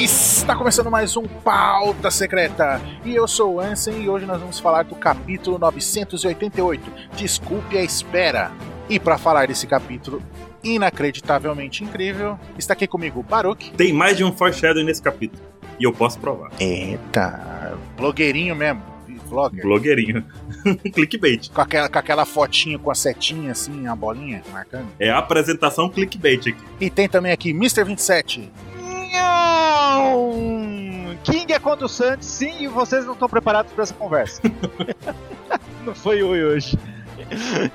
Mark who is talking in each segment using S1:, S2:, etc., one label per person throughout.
S1: Está começando mais um Pauta Secreta. E eu sou o Ansem e hoje nós vamos falar do capítulo 988. Desculpe a espera. E para falar desse capítulo inacreditavelmente incrível, está aqui comigo o Baruch.
S2: Tem mais de um foreshadowing nesse capítulo. E eu posso provar.
S1: Eita, blogueirinho mesmo. Vlogger.
S2: Blogueirinho. clickbait.
S1: Com aquela, com aquela fotinho com a setinha assim, a bolinha marcando.
S2: É a apresentação clickbait aqui.
S1: E tem também aqui Mr. 27.
S3: Não! King é contra o Santos, sim, e vocês não estão preparados para essa conversa. não foi ui hoje.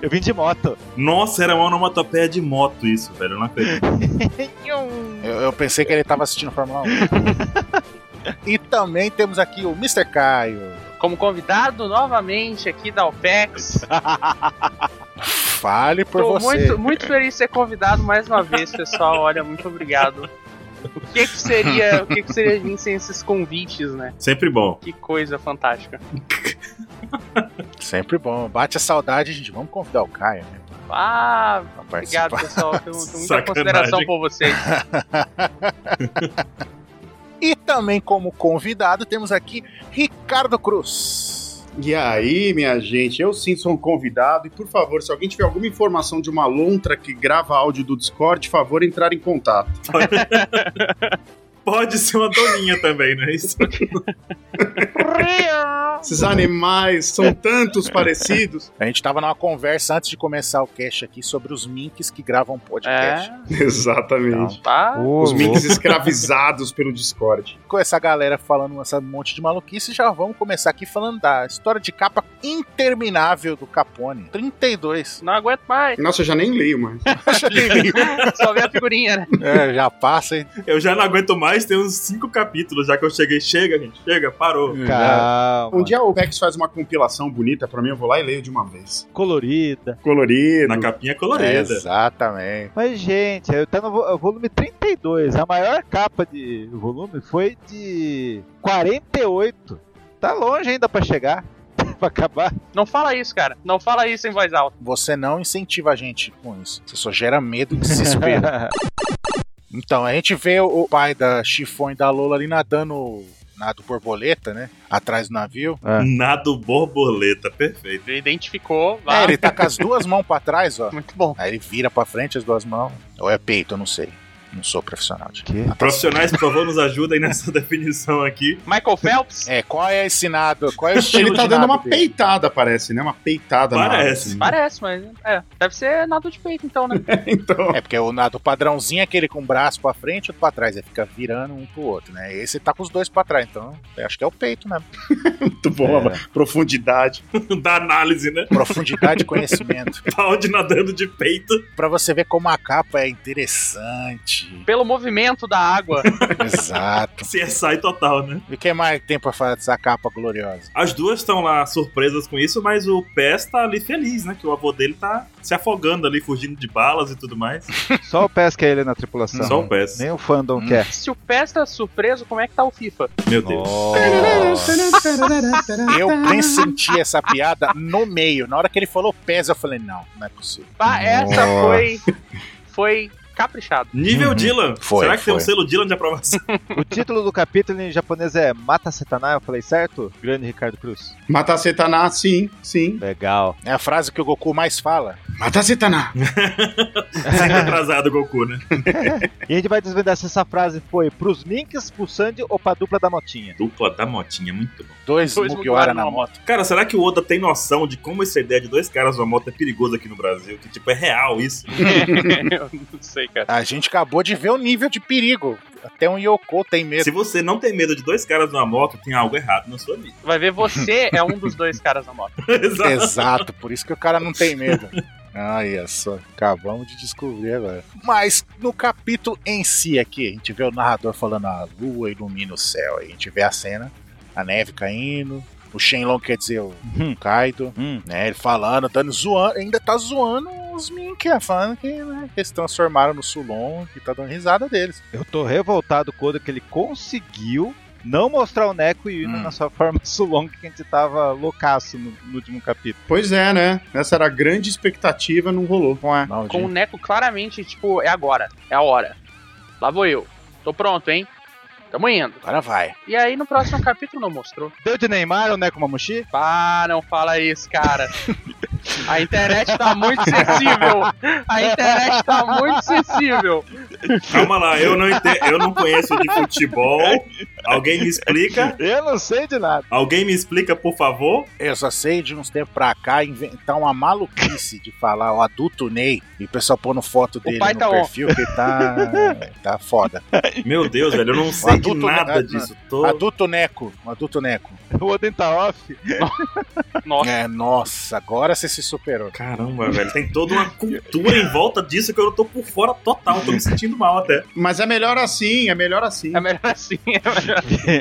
S3: Eu vim de moto.
S2: Nossa, era uma onomatopeia de moto isso, velho. Eu não acredito.
S1: Eu, eu pensei que ele tava assistindo Fórmula 1. e também temos aqui o Mr. Caio.
S4: Como convidado novamente aqui da OPEX.
S1: Fale por
S4: Tô
S1: você.
S4: muito, muito feliz de ser convidado mais uma vez, pessoal. Olha, muito obrigado. O que, que seria, o que, que seria vir sem esses convites, né?
S2: Sempre bom.
S4: Que coisa fantástica.
S1: Sempre bom. Bate a saudade, gente. Vamos convidar o Caio, né?
S4: Ah,
S1: Pra
S4: obrigado,
S1: participar.
S4: pessoal. Tenho, tenho muita
S2: Sacanagem.
S4: consideração por vocês.
S1: E também como convidado temos aqui Ricardo Cruz.
S5: E aí, minha gente, eu sim sou um convidado. E por favor, se alguém tiver alguma informação de uma lontra que grava áudio do Discord, favor entrar em contato.
S2: Pode ser uma doninha também, né? Isso.
S5: Esses animais são tantos parecidos.
S1: A gente tava numa conversa antes de começar o cast aqui sobre os minks que gravam podcast.
S4: É,
S5: Exatamente.
S4: tá.
S5: Os minks escravizados pelo Discord.
S1: Com essa galera falando essa monte de maluquice, já vamos começar aqui falando da história de capa interminável do Capone. 32.
S4: Não aguento mais.
S5: Nossa, eu já nem leio mais.
S4: Só ver a figurinha, né?
S1: É, já passa, hein?
S2: Eu já não aguento mais, tem uns cinco capítulos já que eu cheguei. Chega, gente, chega, parou.
S3: Calma.
S5: Um dia o Pex faz uma compilação bonita pra mim, eu vou lá e leio de uma vez.
S3: Colorida.
S5: Colorido.
S2: Na capinha colorida.
S1: Exatamente.
S3: Mas, gente, eu tá no vo- volume 32. A maior capa de volume foi de 48. Tá longe ainda pra chegar. pra acabar.
S4: Não fala isso, cara. Não fala isso em voz alta.
S1: Você não incentiva a gente com isso. Você só gera medo e desespero. Então, a gente vê o pai da Chifon e da Lola ali nadando nado borboleta, né? Atrás do navio.
S3: É.
S2: Nado borboleta, perfeito.
S4: Ele identificou,
S1: É,
S4: vai.
S1: ele tá com as duas mãos pra trás, ó.
S4: Muito bom.
S1: Aí ele vira pra frente as duas mãos. Ou é peito, eu não sei. Não sou profissional. de-
S3: Que?
S2: Profissionais, por favor, nos ajudem nessa definição aqui.
S4: Michael Phelps?
S1: É, qual é esse nado? Qual é o estilo
S5: Ele tá
S1: de
S5: dando
S1: nado
S5: uma
S1: dele?
S5: peitada, parece, né? Uma peitada. na
S2: Parece.
S5: assim. água,
S4: Parece, mas. É. Deve ser nada de peito, então, né?
S5: assim. Então,
S1: É, porque o nado padrãozinho é aquele com o braço pra frente e outro pra trás. Ele fica virando um pro outro, né? Esse tá com os dois pra trás, então eu acho que é o peito, né?
S5: muito boa. Profundidade.
S2: Da análise, né?
S1: Profundidade e conhecimento.
S2: Pau de nadando de peito.
S1: Pra você ver como a capa é interessante.
S4: Pelo movimento da água.
S1: Exato.
S2: CSI total, né?
S1: E o que mais tem pra falar dessa capa gloriosa?
S2: As duas estão lá surpresas com isso, mas o Pés tá ali feliz, né? Que o avô dele tá se afogando ali, fugindo de balas e tudo mais.
S3: Só o PES que é ele na tripulação.
S2: Só o Pés.
S3: Nem o fandom
S1: Hum.
S3: quer.
S4: Se o PES tá surpreso, como é que tá o FIFA?
S2: Meu Deus.
S1: Eu pressenti essa piada no meio. Na hora que ele falou pés, eu falei, não, não é possível.
S4: Bah, essa foi. Foi caprichado.
S2: Nível
S1: Uhum.
S2: Dylan.
S1: Foi,
S2: Será que tem um
S1: foi.
S2: selo Dylan de aprovação?
S3: O título do capítulo em japonês é Mata Setaná, eu falei certo? Grande Ricardo Cruz.
S5: Matar Setaná, sim, sim.
S3: Legal.
S1: É a frase que o Goku mais fala.
S5: Matar Setaná.
S2: Sempre é atrasado, Goku, né?
S3: E a gente vai desvendar se essa frase foi pros minks, pro Sandy ou pra dupla da motinha.
S2: Dupla da motinha, muito bom.
S1: Dois,
S4: Dois
S1: Mugiwara
S4: Mugiwara
S1: na
S4: numa
S1: moto.
S2: Cara, será que o Oda tem noção de como essa ideia de dois caras numa moto é perigosa aqui no Brasil? Que, tipo, é real isso?
S4: Eu não sei, cara.
S1: A gente acabou de ver o nível de perigo. Até um Yoko tem medo.
S2: Se você não tem medo de dois caras numa moto, tem algo errado na sua vida.
S4: Vai ver, você é um dos dois caras na moto.
S2: Exato.
S1: Exato, por isso que o cara não tem medo. Ai, é só. Acabamos de descobrir agora. Mas no capítulo em si aqui, a gente vê o narrador falando "Ah, a lua ilumina o céu. Aí a gente vê a cena, a neve caindo. O Shenlong quer dizer o Kaido.
S3: Hum,
S1: né? Ele falando, dando, zoando, ainda tá zoando os Mink, né, falando que, né, que eles transformaram no Sulon, que tá dando risada deles.
S3: Eu tô revoltado com o Oda que ele conseguiu não mostrar o Neco e o Ino
S1: Hum.
S3: na sua forma Sulong que a gente tava loucaço no, no último capítulo.
S5: Pois é, né? Essa era a grande expectativa, não é? rolou.
S1: Maldito.
S4: Com o Neco claramente, tipo, é agora. É a hora. Lá vou eu. Tô pronto, hein? Tamo indo.
S1: Agora vai.
S4: E aí no próximo capítulo não mostrou.
S3: Deu de Neymar o Neco Mamushi?
S4: Ah, não fala isso, cara. A internet tá muito sensível. A internet tá muito sensível.
S2: Calma lá, eu não, ente- eu não conheço de futebol. Alguém me explica?
S3: Eu não sei de nada.
S2: Alguém me explica, por favor?
S1: Eu só sei de uns tempos pra cá inventar uma maluquice de falar o adulto Ney e o pessoal pondo foto dele
S4: pai
S1: no
S4: tá on.
S1: perfil que tá, tá foda.
S2: Meu Deus, velho, eu não sei de
S1: adulto-
S2: nada
S1: a-
S2: disso. Tô...
S1: Adulto Neco, adulto Neco.
S3: O Odin tá off.
S4: Nossa.
S1: É, nossa, agora você se superou.
S2: Caramba, velho, tem toda uma cultura em volta disso que eu tô por fora total, tô me sentindo mal até.
S5: Mas é melhor assim, é melhor assim.
S4: É melhor assim. É melhor...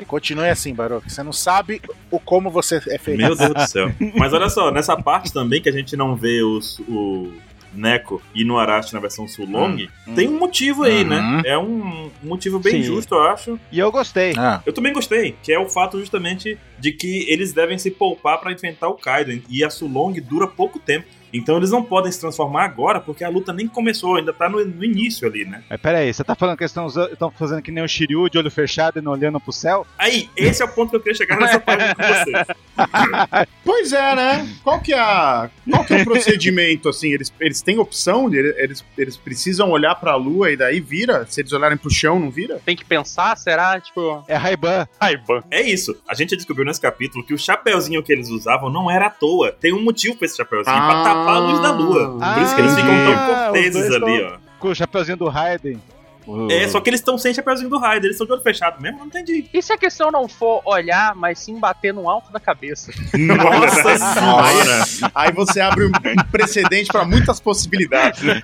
S1: Continue assim, Baroque. Você não sabe o como você é feliz.
S2: Meu Deus do céu. Mas olha só, nessa parte também que a gente não vê os- o Neko e no Arashi na versão Sulong,
S1: Hum,
S2: tem um motivo aí,
S1: Uhum.
S2: né? É um motivo bem
S3: Sim.
S2: justo, eu acho.
S3: E eu gostei.
S1: Ah,
S2: Eu também gostei, que é o fato justamente de que eles devem se poupar pra enfrentar o Kaido. E a Sulong dura pouco tempo. Então eles não podem se transformar agora, porque a luta nem começou, ainda tá no, no início ali, né?
S3: Mas pera aí, você tá falando que eles estão fazendo que nem o Shiryu de olho fechado e não olhando pro céu?
S2: Aí, esse é o ponto que eu queria chegar nessa página com vocês.
S5: Pois é, né? Qual que é, a- qual que é o procedimento, assim? Eles, eles têm opção? de- Eles, eles precisam olhar pra lua e daí vira? Se eles olharem pro chão, não vira?
S4: Tem que pensar, será? Tipo.
S3: É Raiban. Raiban.
S2: É isso. A gente descobriu nesse capítulo que o chapéuzinho que eles usavam não era à toa. Tem um motivo pra esse chapéuzinho, pra tapar a luz da lua. Por isso que eles ficam tão
S3: Ah, os
S2: corteses
S3: dois
S2: ali,
S3: tão-
S2: ó.
S3: Com o chapeuzinho do Raiden. O-
S2: É, só que eles estão sem chapéuzinho do Raider, eles estão de olho fechado mesmo, não entendi.
S4: E se a questão não for olhar, mas sim bater no alto da cabeça?
S2: Nossa senhora!
S1: nossa.
S5: Aí você abre um um precedente pra muitas possibilidades. né?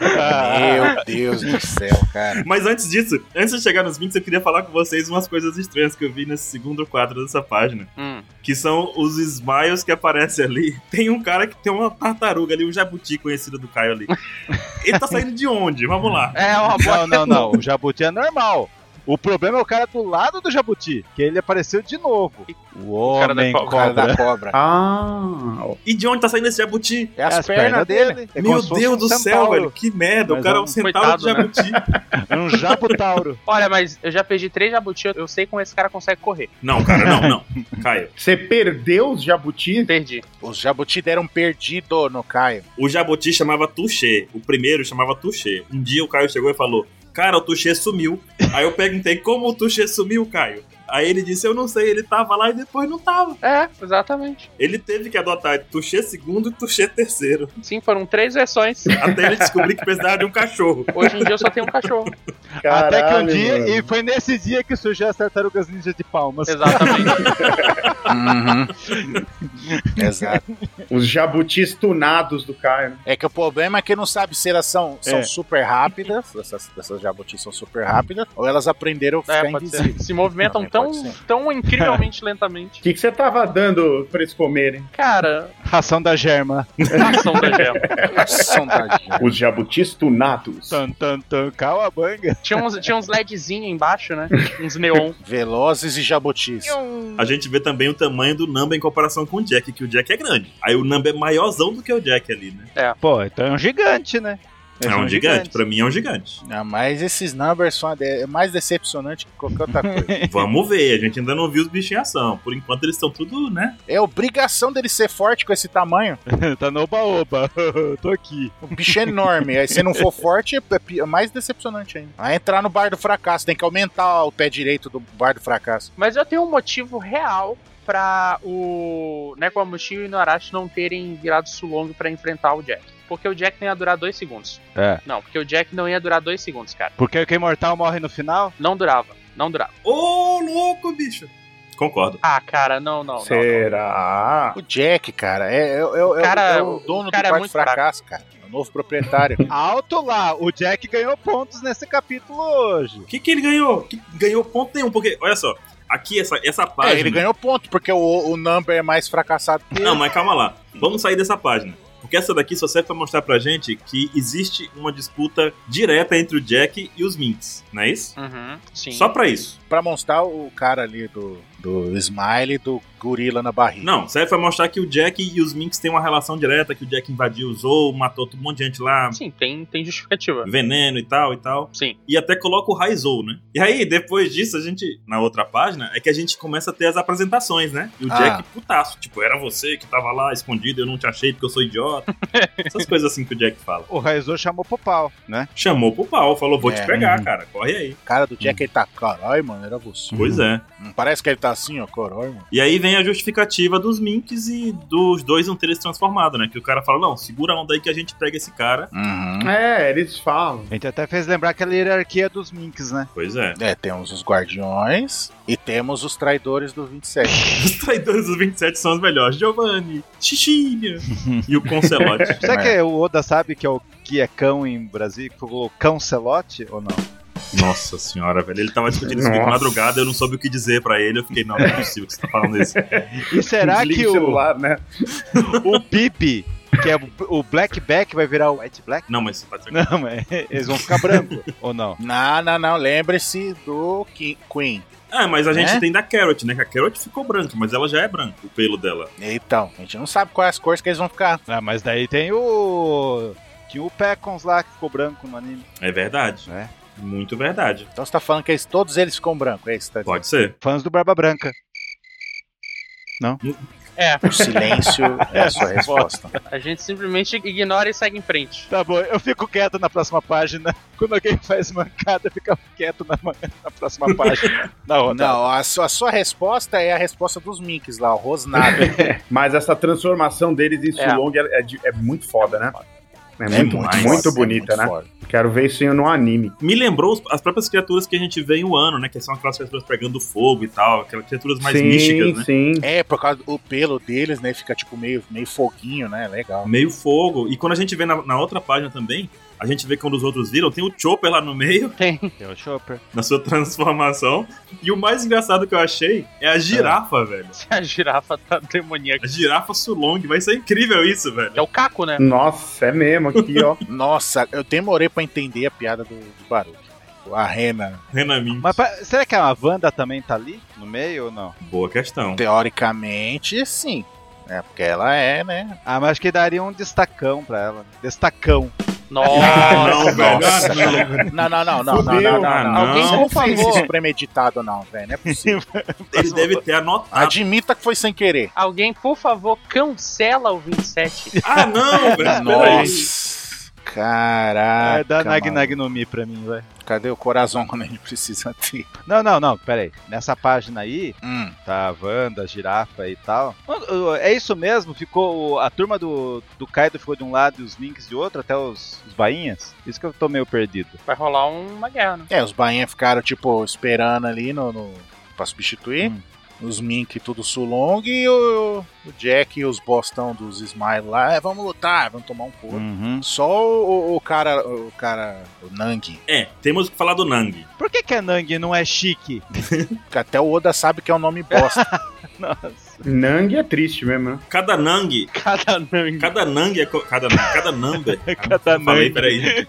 S3: Ah.
S1: Meu Deus do céu, cara.
S2: Mas antes disso, antes de chegar nos 20, eu queria falar com vocês umas coisas estranhas que eu vi nesse segundo quadro dessa página.
S4: Hum.
S2: Que são os smiles que aparecem ali. Tem um cara que tem uma tartaruga ali, um jabuti conhecido do Caio ali. Ele tá saindo de onde? Vamos lá.
S4: É uma boa.
S3: Não, não, não. O Jabuti é normal. O problema é o cara do lado do Jabuti, que ele apareceu de novo. O
S4: cara da
S3: homem
S4: co-
S1: O cara
S3: cobra.
S1: da cobra.
S5: Ah,
S2: E de onde tá saindo esse jabuti?
S1: É as, pernas, dele.
S3: É como
S2: Meu
S3: se fosse
S2: Deus
S3: um
S2: do céu,
S3: centauro.
S2: velho. Que merda. o
S3: Mas
S2: cara é
S3: é
S2: um
S3: um
S2: centauro de
S4: coitado,
S2: jabuti.
S3: É um Jabutauro.
S4: Olha, mas eu já perdi três jabuti, eu- eu sei como esse cara consegue correr.
S2: Não, cara, não, não. Caio.
S5: você perdeu os jabutis?
S4: Perdi.
S1: Os jabuti deram um perdido no Caio.
S2: O jabuti chamava Tuxê. O primeiro chamava Tuxê. Um dia o Caio chegou e falou: Cara, o Tuxê sumiu. Aí eu perguntei: Como o Tuxê sumiu, Caio? Aí ele disse: Eu não sei, ele tava lá e depois não tava.
S4: É, exatamente.
S2: Ele teve que adotar Tuxê segundo e Tuxê terceiro.
S4: Sim, foram três versões.
S2: Até ele descobrir que precisava de um cachorro.
S4: Hoje em dia eu só tenho um cachorro.
S3: Até que um
S5: Caralho,
S3: dia,
S5: mano.
S3: e foi nesse dia que surgiu as tartarugas ninja de palmas.
S4: Exatamente.
S1: Uhum. Exato.
S5: Os jabutis tunados do Caio.
S1: É que o problema é que não sabe se elas são, são
S3: É.
S1: super rápidas, essas, essas jabutis são super rápidas, ou elas aprenderam a ficar
S4: É, pode
S1: invisíveis.
S4: ser. Se movimentam
S1: Não,
S4: tão,
S1: pode ser.
S4: tão incrivelmente lentamente.
S5: O que que você tava dando pra eles comerem?
S4: Cara,
S3: Ração da Germa.
S4: ação da gema.
S1: Sondagem.
S5: Os jabutis tunados.
S3: Tan, tan, tan, calabanga.
S4: Tinha uns, tinha uns LEDzinhos embaixo, né? Uns neon.
S1: Velozes e jabutis.
S2: A gente vê também o tamanho do Namba em comparação com o Jack, que o Jack é grande. Aí o Namba é maiorzão do que o Jack ali, né?
S3: Pô, então é um gigante, né?
S2: É
S3: Eles
S2: um
S3: são
S2: gigante,
S3: gigantes.
S2: pra mim é um gigante.
S1: Ah, mas esses numbers são a de- é mais decepcionante que qualquer outra coisa.
S2: Vamos ver, a gente ainda não viu os bichos em ação. Por enquanto eles estão tudo, né?
S1: É obrigação dele ser forte com esse tamanho.
S3: tá no oba-oba. Tô aqui.
S1: O bicho é enorme. Aí se não for forte, é pi- é mais decepcionante ainda. Vai entrar no bar do fracasso. Tem que aumentar o pé direito do bar do fracasso.
S4: Mas eu tenho um motivo real pra o Nekomamushi e o Inuarashi não terem virado Sulong pra enfrentar o Jack. Porque o Jack não ia durar dois segundos.
S3: É.
S4: Não, porque o Jack não ia durar dois segundos, cara.
S3: Porque o imortal morre no final?
S4: Não durava. Não durava.
S2: Ô, louco, bicho! Concordo.
S4: Ah, cara, não, não, não.
S5: Será?
S1: O Jack, cara, é, é- é- é- é o-
S4: cara-
S1: é o dono
S4: o cara
S1: do
S4: é
S1: bar do
S4: muito
S1: fracasso, cara. É o novo proprietário.
S3: Alto lá, o Jack ganhou pontos nesse capítulo hoje.
S2: O que, que ele ganhou? Que- ganhou ponto nenhum, porque, olha só, aqui essa, essa página.
S1: É, ele ganhou ponto, porque o, o number é mais fracassado que
S2: Não,
S1: ele.
S2: mas calma lá. Vamos sair dessa página. Porque essa daqui só serve pra mostrar pra gente que existe uma disputa direta entre o Jack e os Minks, não é isso?
S4: Uhum, sim.
S2: Só pra isso.
S1: Pra mostrar o cara ali do, Do Smile e do gorila na barriga.
S2: Não, isso aí foi mostrar que o Jack e os Minks têm uma relação direta, que o Jack invadiu, usou, matou um monte de gente lá,
S4: Sim, tem, tem justificativa.
S2: veneno e tal e tal.
S4: Sim.
S2: E até coloca o Raizou, né? E aí, depois disso, a gente, na outra página, é que a gente começa a ter as apresentações, né? E o
S1: Ah.
S2: Jack putaço, tipo, era você que tava lá escondido, eu não te achei porque eu sou idiota. Essas coisas assim que o Jack fala.
S3: O Raizou chamou pro pau, né?
S2: Chamou pro pau, falou, vou
S1: É,
S2: te pegar,
S1: uhum.
S2: cara, corre aí.
S1: O cara do Jack, ele tá, caralho, mano, era você.
S2: Pois é.
S1: Não parece que ele tá assim, ó, caralho, mano.
S2: E aí vem a justificativa dos Minks e dos dois não terem se transformado, né? Que o cara fala, não, segura a onda aí que a gente pega esse cara.
S1: Uhum.
S5: É, eles falam.
S3: A gente até fez lembrar aquela hierarquia dos minks, né?
S2: Pois é.
S1: É, temos os guardiões e temos os traidores do 27.
S2: Os traidores dos 27 são os melhores. Giovanni, Xixinha e o Concelote.
S3: Será
S1: É.
S3: que o Oda sabe que é o que é cão em Brasil? Que o cão celote ou não?
S2: Nossa senhora, velho. Ele tava discutindo isso comigo de
S5: Nossa.
S2: madrugada, eu não soube o que dizer pra ele. Eu fiquei, não, não é possível que você tá falando isso.
S3: E será
S5: Desliga
S3: que
S5: o
S3: o,
S5: celular, né?
S3: o Bibi, que é o o Blackback, vai virar o White Black?
S2: Não, mas você tá tranquilo.
S3: Não, mas eles vão ficar branco ou não?
S1: Não, não, não, lembre-se do Ki- Queen.
S2: Ah, mas a gente
S1: É?
S2: tem da Carrot, né? Que a Carrot ficou branca, mas ela já é branca, o pelo dela.
S1: Então, a gente não sabe quais as cores que eles vão ficar.
S3: Ah, mas daí tem o. Tinha o Pecons lá que ficou branco no anime.
S2: É verdade.
S3: É.
S2: Muito verdade.
S1: Então você tá falando que eles, todos eles ficam branco, é isso, tá
S2: Pode ser.
S3: Fãs do Barba Branca.
S1: O silêncio é a sua resposta.
S4: A gente simplesmente ignora e segue em frente.
S3: Tá bom, eu fico quieto na próxima página. Quando alguém faz mancada, eu fico quieto na, man- na próxima página. Na rodada.
S1: Não, a sua, a sua resposta é a resposta dos Minks lá, o Rosnado.
S5: Mas essa transformação deles em
S4: É.
S5: Sulong é, é de- é muito foda, né? É
S2: É
S5: muito,
S2: muito
S5: muito,
S2: foda,
S5: bonita, né?
S1: Foda.
S5: Quero ver isso em um anime.
S2: Me lembrou os- as próprias criaturas que a gente vê em um ano, né? Que são aquelas criaturas pegando fogo e tal, aquelas criaturas mais
S5: sim,
S2: místicas, né?
S5: sim.
S1: É, por causa do pelo deles, né? Fica tipo meio, meio foguinho, né? Legal.
S2: Meio fogo. E quando a gente vê na, na outra página também, a gente vê quando os outros viram, tem o Chopper lá no meio,
S3: Tem o Chopper.
S2: na sua transformação. E o mais engraçado que eu achei é a girafa, velho.
S4: A girafa tá demoníaca.
S2: A girafa Sulong, vai ser incrível isso, velho.
S4: É o Caco, né?
S5: Nossa, é mesmo aqui, ó.
S1: Nossa, eu demorei pra entender a piada do, do Baruch. A Rena,
S2: Renamin.
S3: Mas pa- será que a Wanda também tá ali? No meio ou não?
S2: Boa questão.
S1: teoricamente, sim. É, porque ela é, né?
S3: Ah, mas acho que daria um destacão pra ela. Destacão.
S2: Ah, não,
S4: Nossa.
S2: velho.
S1: Nossa,
S2: Ah, não.
S1: Não, não, não, não, não, não,
S5: Fudeu.
S1: não,
S2: Ah,
S1: não.
S2: não.
S1: um- Alguém não
S4: Por
S1: fez
S4: favor.
S1: isso premeditado, não, velho. Não é possível.
S2: Ele deve ter anotado.
S1: Admita que foi sem querer.
S4: Alguém, por favor, cancela o 27.
S2: Ah, não, velho. Peraí.
S1: Nossa. Caraca.
S3: é, dá Nag
S1: mano.
S3: Nag no Mi pra mim, vai.
S1: Cadê o coração quando ele precisa ter?
S3: Não, não, não, peraí. Nessa página aí,
S1: Hum.
S3: tá a Wanda, a girafa e tal. Mano, É isso mesmo? Ficou. o- A turma do, do Kaido ficou de um lado e os Minks de outro, até os, os bainhas? Isso que eu tô meio perdido.
S4: Vai rolar uma guerra, né?
S1: É, os Bainha ficaram, tipo, esperando ali no, no, pra substituir.
S3: Hum.
S1: Os Mink tudo Sulong e o, o Jack e os bostão dos Smile lá. É, vamos lutar, vamos tomar um couro.
S3: Uhum.
S1: Só o, o- o cara, o cara, o Nang.
S2: É, temos que falar do Nang.
S3: Por que, que a Nang não é chique?
S1: que Até o Oda sabe que é um nome bosta.
S3: Nossa.
S5: Nang é triste mesmo, né?
S2: Cada Nang
S4: Cada Nang.
S2: Cada Nang é. co- Cada, cada number.
S3: Cada
S2: Eu Falei,
S3: Nang.
S2: peraí. gente.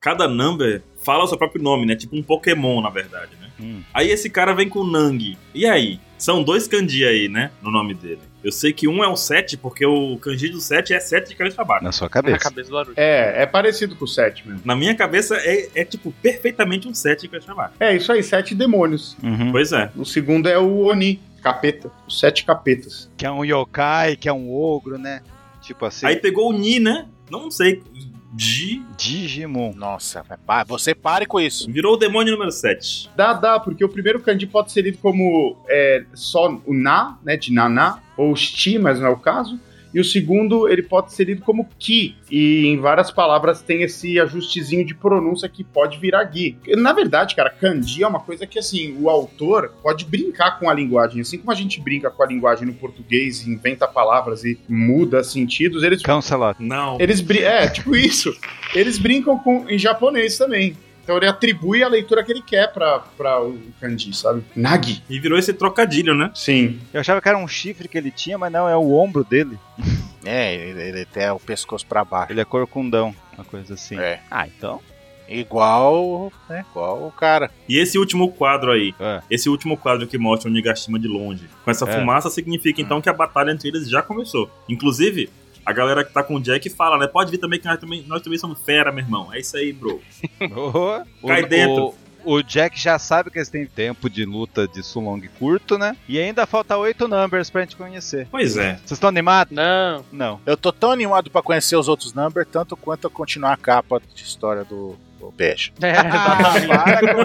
S2: Cada number fala o seu próprio nome, né? Tipo um Pokémon, na verdade, né?
S3: Hum.
S2: Aí esse cara vem com Nang. E aí? São dois kanji aí, né? No nome dele. Eu sei que um é o 7, porque o kanji do 7 é 7 de cabeça pra baixo.
S3: Na sua
S4: Na
S3: cabeça.
S4: cabeça do Baruch.
S5: É, é parecido com o 7 mesmo.
S2: Na minha cabeça é, é, tipo perfeitamente um 7 de cabeça pra baixo.
S5: É, isso aí, sete demônios.
S3: Uhum.
S2: Pois é.
S5: O segundo é o Oni, capeta. Os sete capetas.
S3: Que é um yokai, que é um ogro, né? Tipo assim.
S2: Aí pegou o Ni, né? Não sei. Ji.
S3: Digimon.
S1: Nossa, vai, pá, você pare com isso.
S2: Virou o demônio número 7.
S5: Dá, dá, porque o primeiro kanji pode ser lido como é, só o na, né, de naná, ou sti, mas não é o caso. E o segundo, ele pode ser lido como ki. E em várias palavras tem esse ajustezinho de pronúncia que pode virar gui. Na verdade, cara, kanji é uma coisa que, assim, o autor pode brincar com a linguagem. Assim como a gente brinca com a linguagem no português, e inventa palavras e muda sentidos, eles
S3: Cancelot.
S2: Não.
S5: eles brin- é, tipo isso. Eles brincam com em japonês também. Então ele atribui a leitura que ele quer pra, pra o kanji, sabe? Nagi.
S2: E virou esse trocadilho, né?
S5: Sim.
S3: Eu achava que era um chifre que ele tinha, mas não, é o ombro dele.
S1: É, ele, ele até o pescoço pra baixo.
S3: Ele é corcundão, uma coisa assim.
S1: É.
S3: Ah, então.
S1: Igual, né? Igual o cara.
S2: E esse último quadro aí,
S3: É.
S2: esse último quadro que mostra o Nigashima de longe, com essa
S3: É.
S2: fumaça, significa então que a batalha entre eles já começou. Inclusive, a galera que tá com o Jack fala, né? Pode vir também que nós também, nós também somos fera, meu irmão. É isso aí, bro.
S3: Oh, o-
S2: Cai dentro.
S3: O, o Jack já sabe que eles têm tempo de luta de Sulong curto, né? E ainda falta oito numbers pra gente conhecer.
S2: Pois é.
S3: Vocês estão animados?
S4: Não.
S3: Não.
S1: Eu tô tão animado pra conhecer os outros number, tanto quanto a continuar a capa de história do, do Bege.
S4: É,
S5: Ah,
S4: exatamente.
S5: para com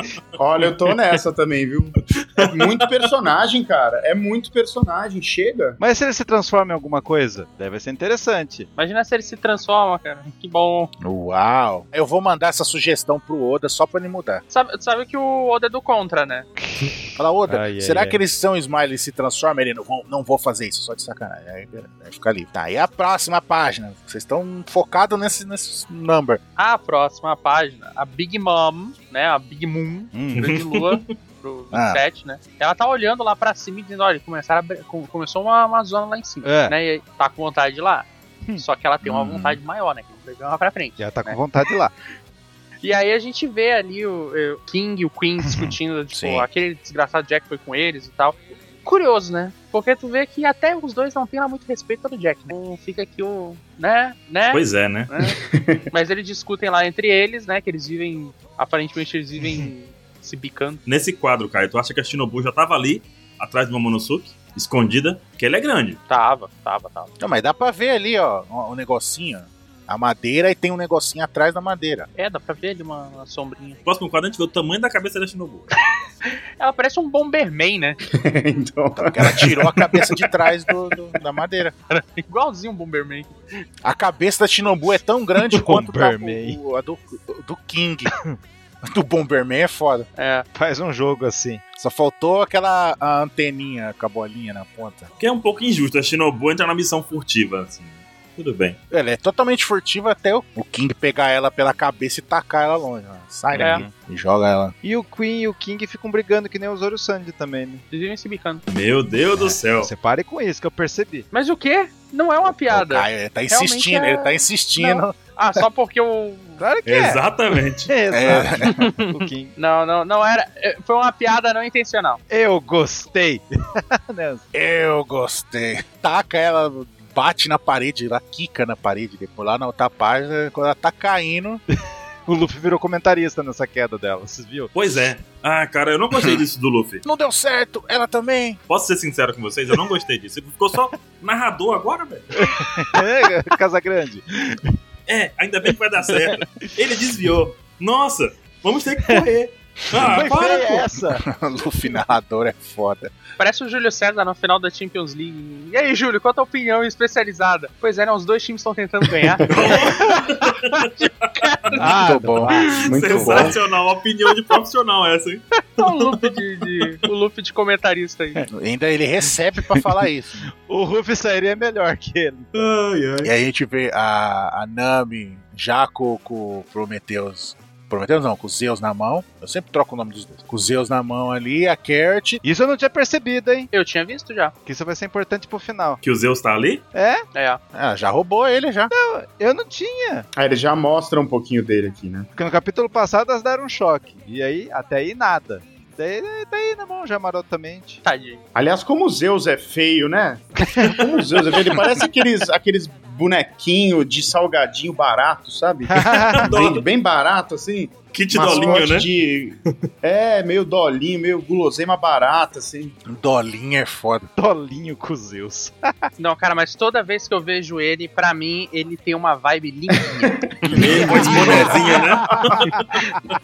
S5: isso. Olha, eu tô nessa também, viu? É muito personagem, cara. É muito personagem. Chega.
S3: Mas se ele se transforma em alguma coisa, deve ser interessante.
S4: Imagina se ele se transforma, cara. Que bom.
S1: Uau! Eu vou mandar essa sugestão pro Oda só pra ele mudar.
S4: Sabe, sabe que o Oda é do contra, né?
S1: Fala, Oda,
S3: Ai, ai,
S1: será
S3: ai.
S1: que eles são Smiley e se transformam? Ele não vou, não vou fazer isso, só de sacanagem. Aí, beleza, aí fica ali. Tá, e a próxima página? Vocês estão focados nesse, nesse number.
S4: A próxima página, a Big Mom, né? A Big Moon,
S3: Hum.
S2: Né?
S4: grande lua pro
S1: Ah.
S4: set, né? Ela tá olhando lá pra cima e dizendo, olha, começaram a bre- com- começou uma, uma zona lá em cima,
S3: É.
S4: né? E tá com vontade de ir lá. Só que ela tem uma
S1: Hum.
S4: vontade maior, né? Que o bebê é uma pra frente.
S3: Já tá com vontade lá.
S4: E aí a gente vê ali o, eh, o King e o Queen discutindo, tipo,
S1: Sim.
S4: aquele desgraçado Jack foi com eles e tal. Curioso, né? Porque tu vê que até os dois não têm lá muito respeito pelo Jack, né? Então fica aqui o. né? Né?
S2: Pois é, né?
S4: Mas eles discutem lá entre eles, né? Que eles vivem. Aparentemente eles vivem se bicando.
S2: Nesse quadro, Caio, tu acha que a Shinobu já tava ali, atrás do Momonosuke, escondida, que ela é grande.
S4: Tava, tava, tava.
S1: Não, mas dá pra ver ali, ó, o negocinho. A madeira e tem um negocinho atrás da madeira.
S4: É, dá pra ver ali uma, uma sombrinha.
S2: No próximo quadro a gente vê o tamanho da cabeça da Shinobu.
S4: Ela parece um Bomberman, né?
S5: Então,
S1: Então, porque ela tirou a cabeça de trás do- do- da madeira.
S4: Igualzinho um Bomberman.
S1: A cabeça da Shinobu é tão grande quanto da-
S3: Bomberman.
S1: o- a do, do King. Do Bomberman é foda.
S4: É.
S3: Faz um jogo assim.
S1: Só faltou aquela a anteninha com a bolinha na ponta.
S2: Que é um pouco injusto, a Shinobu entra na missão furtiva, assim. Tudo bem.
S1: Ela é totalmente furtiva até o, o King pegar ela pela cabeça e tacar ela longe. ó. Sai
S4: É.
S1: daqui. E joga ela.
S3: E o Queen e o King ficam brigando que nem os Zoro Sandy também, né?
S4: Eles vivem se bicando.
S2: Meu Deus do céu.
S3: É. Você pare com isso que eu percebi.
S4: Mas o quê? Não é uma
S1: O
S4: piada.
S1: Caio, ele tá
S4: Realmente
S1: insistindo,
S4: é-
S1: ele tá insistindo.
S4: Ah, só porque o.
S3: Claro que é.
S2: Exatamente.
S1: É,
S3: Exato. O King.
S4: Não, não, não era. é, Foi uma piada não intencional.
S3: Eu gostei. Né? Nessa.
S1: Eu gostei. Taca ela, bate na parede, ela quica na parede. Depois lá na outra página, quando ela tá caindo.
S3: o Luffy virou comentarista nessa queda dela, vocês viram?
S2: Pois é. Ah, cara, eu não gostei disso do Luffy.
S1: Não deu certo, ela também.
S2: Posso ser sincero com vocês? Eu não gostei disso. Ele ficou só narrador agora, velho.
S3: É, Casa Grande.
S2: É, ainda bem que vai dar certo. Ele desviou. Nossa, vamos ter que correr. Ah,
S3: Foi
S2: para,
S3: feia
S2: pô.
S3: essa.
S1: Luffy narrador é foda.
S4: Parece o Júlio César na final da Champions League. E aí, Júlio, qual a tua opinião especializada? Pois é, né, os dois times estão tentando ganhar.
S3: Ah,
S1: Muito bom.
S5: muito bom.
S2: Sensacional, opinião de profissional é essa, hein?
S4: Olha o Tá um loop de, de- o loop de comentarista aí.
S3: É.
S1: Ainda ele recebe pra falar isso.
S3: O Ruffy sairia melhor que ele.
S2: Ai, ai.
S1: E aí a gente vê a, a Nami já com, com o Prometheus. Prometheus não, com o Zeus na mão. Eu sempre troco o nome dos dois. Com o Zeus na mão ali, a Carrot.
S3: Isso eu não tinha percebido, hein?
S4: Eu tinha visto já.
S3: Que isso vai ser importante pro final.
S2: Que o Zeus tá ali?
S3: É?
S4: É.
S1: Ah, já roubou ele já.
S3: Eu não tinha.
S5: Ah, ele já mostra um pouquinho dele aqui, né?
S3: Porque no capítulo passado elas deram um choque. E aí, até aí nada. Daí, tá daí na mão, já marotamente.
S4: Tadinho.
S5: Aliás, como o Zeus é feio, né? Como o Zeus é feio. Ele parece aqueles, aqueles bonequinhos de salgadinho barato, sabe? Bem, bem barato, assim.
S2: Kit
S5: Mascote
S2: dolinho, né?
S5: de- É, meio dolinho, meio guloseima barata, assim.
S1: Dolinha é foda.
S3: Dolinho com os Zeus.
S4: Não, cara, mas toda vez que eu vejo ele, pra mim, ele tem uma vibe limpinha.
S2: Com esse bonezinho, né?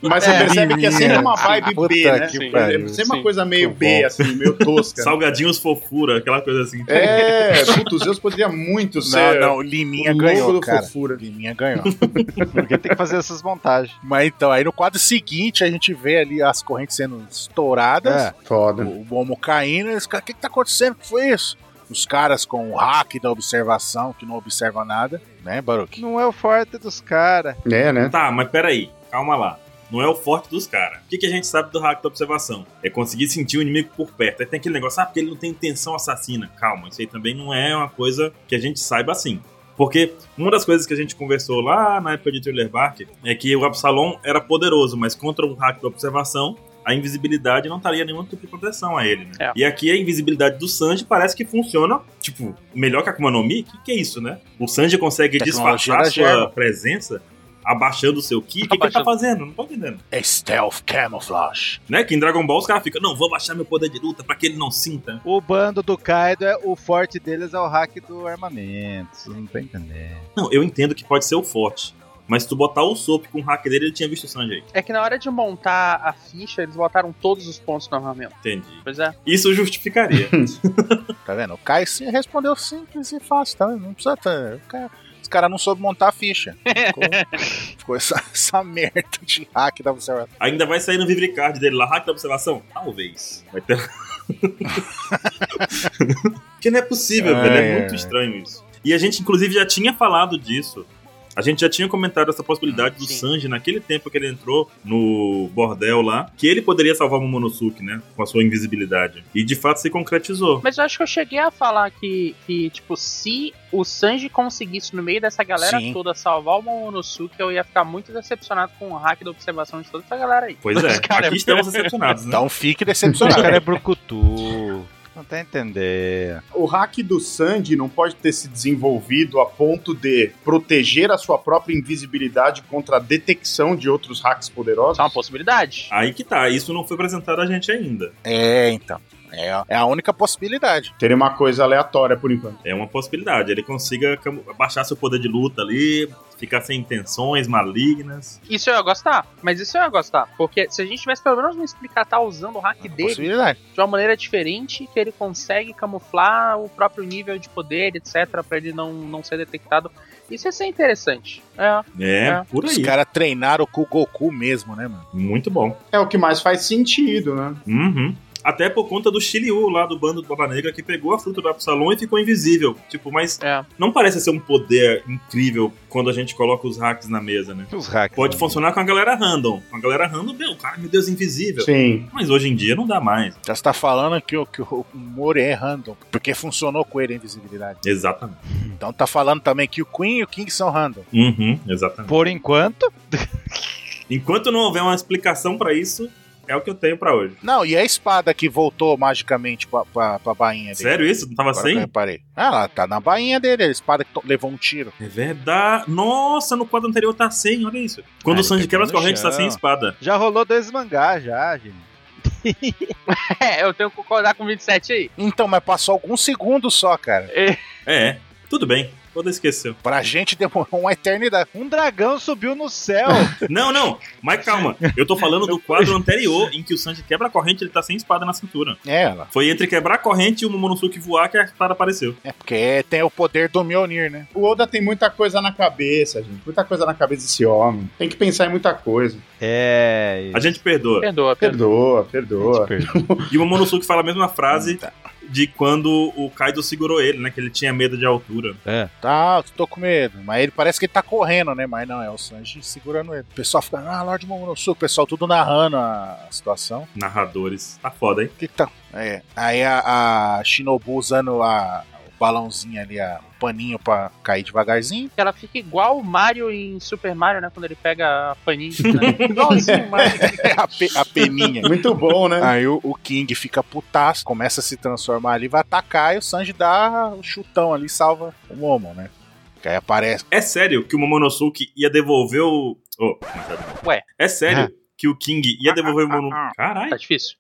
S5: Mas você
S4: É,
S5: percebe que é sempre uma
S3: Ah,
S5: vibe
S1: Puta
S5: B, né?
S1: que
S5: Sim,
S1: pariu,
S5: é sempre uma
S4: sim.
S5: coisa meio
S1: Muito
S5: B,
S1: bom.
S5: assim, meio tosca.
S2: Salgadinhos fofura, aquela coisa assim.
S5: É, puto, o Zeus poderia muito
S1: Não,
S5: ser
S1: não, o
S5: o
S1: Liminha
S5: logo
S1: ganhou,
S5: do
S1: cara.
S5: fofura.
S1: O Liminha ganhou.
S3: Porque tem que fazer essas montagens.
S1: Mas então, aí no quadro seguinte a gente vê ali as correntes sendo estouradas.
S3: É.
S5: Foda.
S1: O Momo caindo, eles, o que, que tá acontecendo? O que foi isso? Os caras com o hack da observação, que não observa nada, né, Baruch?
S3: Não é o forte dos caras.
S5: É, né?
S2: Tá, mas peraí, calma lá. Não é o forte dos caras. O que, que a gente sabe do hack da observação? É conseguir sentir o inimigo por perto. Aí tem aquele negócio, ah, porque ele não tem intenção assassina. Calma, isso aí também não é uma coisa que a gente saiba assim. Porque uma das coisas que a gente conversou lá na época de Thriller Bark é que o Absalom era poderoso, mas contra um hack da observação, a invisibilidade não estaria nenhum tipo de proteção a ele, né?
S4: É.
S2: E aqui a invisibilidade do Sanji parece que funciona, tipo, melhor que a Akuma no Mi. Que que é isso, né? O Sanji consegue
S1: Tecnologia
S2: disfarçar
S1: da
S2: a sua
S1: gema.
S2: presença abaixando o seu Ki. O que, que ele tá
S4: Abaixando.
S2: fazendo? Não tô entendendo.
S1: É stealth camouflage.
S2: Né? Que em Dragon Ball os caras ficam, não, vou abaixar meu poder de luta pra que ele não sinta.
S3: O bando do Kaido, é, o forte deles é o hack do armamento. Vocês não estão entendendo.
S2: Não, eu entendo que pode ser o forte. Mas se tu botar o Sop com o hack dele, ele tinha visto o Sanji aí.
S4: É que na hora de montar a ficha, eles botaram todos os pontos no armamento.
S2: Entendi.
S4: Pois é.
S2: Isso justificaria.
S1: Tá vendo? O Kai sim respondeu simples e fácil, tá vendo? Não precisa ter. O cara- Os caras não soube montar a ficha. Ficou, ficou essa, essa merda de hack da observação.
S2: Ainda vai sair no Vivricard dele lá, hack da observação? Talvez. Vai ter. Porque não é possível,
S1: Ai,
S2: velho. É,
S1: ai,
S2: muito
S1: ai.
S2: estranho isso. E a gente, inclusive, já tinha falado disso. A gente já tinha comentado essa possibilidade do
S4: Ah, Sim.
S2: Sanji naquele tempo que ele entrou no bordel lá, que ele poderia salvar o Momonosuke, né? Com a sua invisibilidade. E de fato se concretizou.
S4: Mas eu acho que eu cheguei a falar que, que tipo, se o Sanji conseguisse, no meio dessa galera
S1: Sim.
S4: toda, salvar o Momonosuke, eu ia ficar muito decepcionado com o hack da observação de toda essa galera aí.
S2: Pois é,
S4: Os cara- Tá
S2: aqui estamos decepcionados, né?
S1: Então fique
S3: O
S1: decepcionado.
S3: cara é brucutu. Não tá entendendo.
S5: O hack do Sandy não pode ter se desenvolvido a ponto de proteger a sua própria invisibilidade contra a detecção de outros hacks poderosos?
S4: Isso é uma possibilidade.
S2: Aí que tá, isso não foi apresentado a gente ainda.
S1: É, então. É, a- é a única possibilidade.
S5: Teria uma coisa aleatória por enquanto.
S2: É uma possibilidade. Ele consiga cam- baixar seu poder de luta ali, ficar sem intenções malignas.
S4: Isso eu ia gostar, mas isso eu ia gostar. Porque se a gente tivesse pelo menos me explicar, tá usando o
S1: Ah,
S4: hack
S2: É
S4: dele
S1: Possibilidade.
S4: de uma maneira diferente, que ele consegue camuflar o próprio nível de poder, etc., pra ele não, não ser detectado. Isso ia ser interessante. É.
S2: É,
S4: É.
S2: por
S1: Os
S2: aí.
S1: caras treinaram com o Goku mesmo, né, mano?
S2: Muito bom.
S5: É o que mais faz sentido, né?
S2: Uhum. Até por conta do Shiryu lá do bando do Baba Negra que pegou a fruta do Absalom e ficou invisível. Tipo, mas
S4: É.
S2: não parece ser um poder incrível quando a gente coloca os hacks na mesa, né?
S3: Os hacks.
S2: Pode
S3: né?
S2: funcionar com a galera random. Com a galera random, meu, cara, meu Deus, invisível.
S5: Sim.
S2: Mas hoje em dia não dá mais.
S1: Já está falando que, o- que o Mori é random, porque funcionou com ele a invisibilidade.
S2: Exatamente.
S1: Então tá falando também que o Queen e o King são random.
S2: Uhum, exatamente.
S3: Por enquanto,
S2: Enquanto não houver uma explicação pra isso, é o que eu tenho pra hoje.
S1: Não, e a espada que voltou magicamente pra, pra, pra bainha dele?
S2: Sério isso? Não tava
S1: Agora que
S2: sem?
S1: eu reparei. Ah, ela tá na bainha dele, a espada que to- levou um tiro.
S2: É verdade. Nossa, no quadro anterior tá sem, olha isso. Quando
S3: Ah,
S2: o Sanji
S3: ele
S2: quebra
S3: pegou
S2: as
S3: no
S2: correntes, tá
S3: chão.
S2: sem espada.
S3: já rolou dois mangás, já, gente.
S4: é, eu tenho que concordar com o 27 aí.
S1: Então, mas passou alguns segundos só, cara.
S2: É, tudo bem. Toda esqueceu.
S1: Pra gente demorou uma eternidade.
S3: Um dragão subiu no céu.
S2: Não, não, mas calma. Eu tô falando do quadro anterior em que o Sanji quebra a corrente, ele tá sem espada na cintura.
S1: É, ela.
S2: Foi entre quebrar a corrente e o Momonosuke voar que a espada apareceu.
S1: É porque tem o poder do Mjolnir, né?
S5: O Oda tem muita coisa na cabeça, gente. Muita coisa na cabeça desse homem. Tem que pensar em muita coisa.
S3: é.
S2: A gente perdoa.
S4: Perdoa, perdoa.
S5: Perdoa, perdoa.
S2: E o Momonosuke fala a mesma frase
S1: Tá,
S2: de quando o Kaido segurou ele, né? Que ele tinha medo de altura.
S3: É.
S1: tá, eu tô com medo. Mas ele parece que ele tá correndo, né? Mas não, é o Sanji segurando ele. O pessoal fica, ah, Lorde Momonosuke, o pessoal tudo narrando a situação.
S2: Narradores. Tá foda, hein?
S1: O que que tá... É. Aí a, a Shinobu usando a, o balãozinho ali, a, o paninho pra cair devagarzinho.
S4: Que ela fica igual o Mario em Super Mario, né? Quando ele pega a paninha. Né? Igualzinho o Mario.
S1: a, pe, a peninha.
S5: Muito bom, né?
S1: Aí o, o King fica putaço, começa a se transformar ali, vai atacar e o Sanji dá o chutão ali, salva o Momo, né? Que aí aparece.
S2: É sério que o Momonosuke ia devolver o. Oh, mas tá bom.
S4: Ué.
S2: É sério que o King ia devolver o Momonosuke. Caralho.
S4: Tá difícil.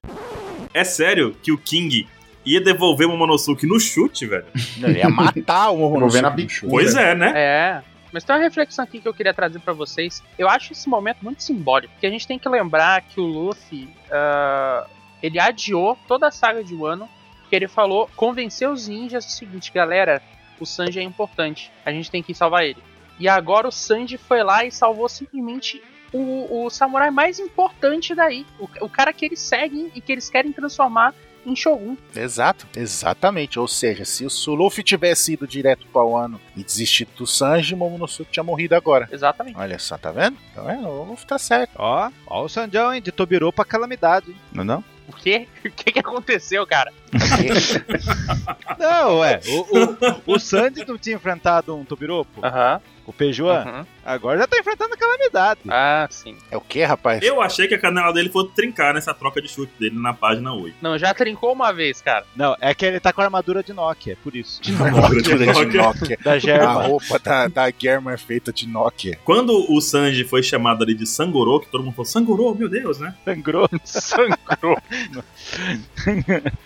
S2: É sério que o King ia devolver o Momonosuke no chute, velho?
S1: Ele ia
S3: Tá,
S1: matar
S3: um
S1: o Momo.
S5: Vou ver na
S1: no
S5: bichuda.
S1: chute.
S2: Pois é, né?
S4: É. Mas tem uma reflexão aqui que eu queria trazer pra vocês. Eu acho esse momento muito simbólico, porque a gente tem que lembrar que o Luffy, ah, ele adiou toda a saga de Wano, porque ele falou, convenceu os ninjas o seguinte, galera, o Sanji é importante, a gente tem que salvar ele. E agora o Sanji foi lá e salvou simplesmente o, o samurai mais importante daí, o, o cara que eles seguem e que eles querem transformar em Shogun.
S1: Exato, exatamente. Ou seja, se o Suluffy tivesse ido direto pra Wano e desistido do Sanji, o Momonosuke tinha morrido agora.
S4: Exatamente.
S1: Olha só, tá vendo? Então é, o Luffy tá certo.
S3: Ó, ó o Sanjão, hein? De Tobirô pra calamidade, hein? Não é não?
S4: O quê? O que, que aconteceu, cara?
S3: Não, ué. O, o, o Sandy não tinha enfrentado um Tobiropo?
S4: Aham.
S3: O Pejuan?
S4: uhum.
S3: Agora já tá enfrentando a calamidade.
S4: Ah, sim.
S1: É o que, rapaz?
S2: Eu achei que a canela dele fosse trincar nessa troca de chute dele na página 8.
S4: Não, já trincou uma vez, cara.
S3: Não, é que ele tá com a armadura de Nokia, é por isso.
S1: A armadura de Nokia.
S3: Da
S1: A
S3: Germa.
S1: roupa da, da Germa é feita de Nokia.
S2: Quando o Sanji foi chamado ali de Sangoro, que todo mundo falou, Sangoro, meu Deus, né?
S3: Sangrou. Sangrou.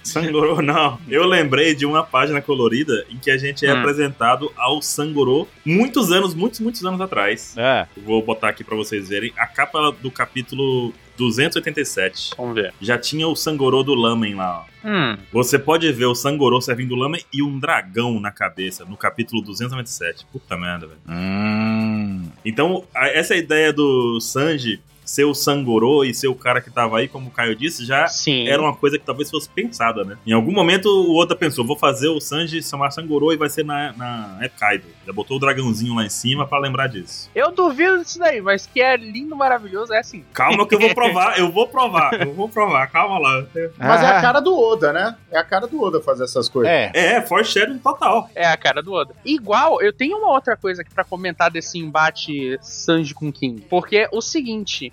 S2: Sangoro, não. Eu lembrei de uma página colorida em que a gente é
S4: Hum.
S2: apresentado ao Sangoro muitos anos, muitos, muitos anos atrás.
S3: É.
S2: Vou botar aqui pra vocês verem a capa do capítulo 287.
S4: Vamos ver.
S2: Já tinha o Sangoro do Lamen lá, ó.
S4: Hum.
S2: Você pode ver o Sangoro servindo o Lamen e um dragão na cabeça no capítulo 297. Puta merda, velho.
S1: Hum.
S2: Então, a- essa ideia do Sanji ser o Sangoro e ser o cara que tava aí, como o Caio disse, já
S4: Sim.
S2: era uma coisa que talvez fosse pensada, né? Em algum momento o Oda pensou, vou fazer o Sanji chamar Sangoro e vai ser na, na Hokkaido. Já botou o dragãozinho lá em cima pra lembrar disso.
S4: Eu duvido disso daí, mas que é lindo, maravilhoso, é assim.
S2: Calma que eu vou provar, eu vou provar, eu vou provar, calma lá.
S5: Mas é
S3: Ah.
S5: a cara do Oda, né? É a cara do Oda fazer essas coisas.
S1: É,
S2: É, foreshadowing total.
S4: É a cara do Oda. Igual, eu tenho uma outra coisa aqui pra comentar desse embate Sanji com King. Porque é o seguinte: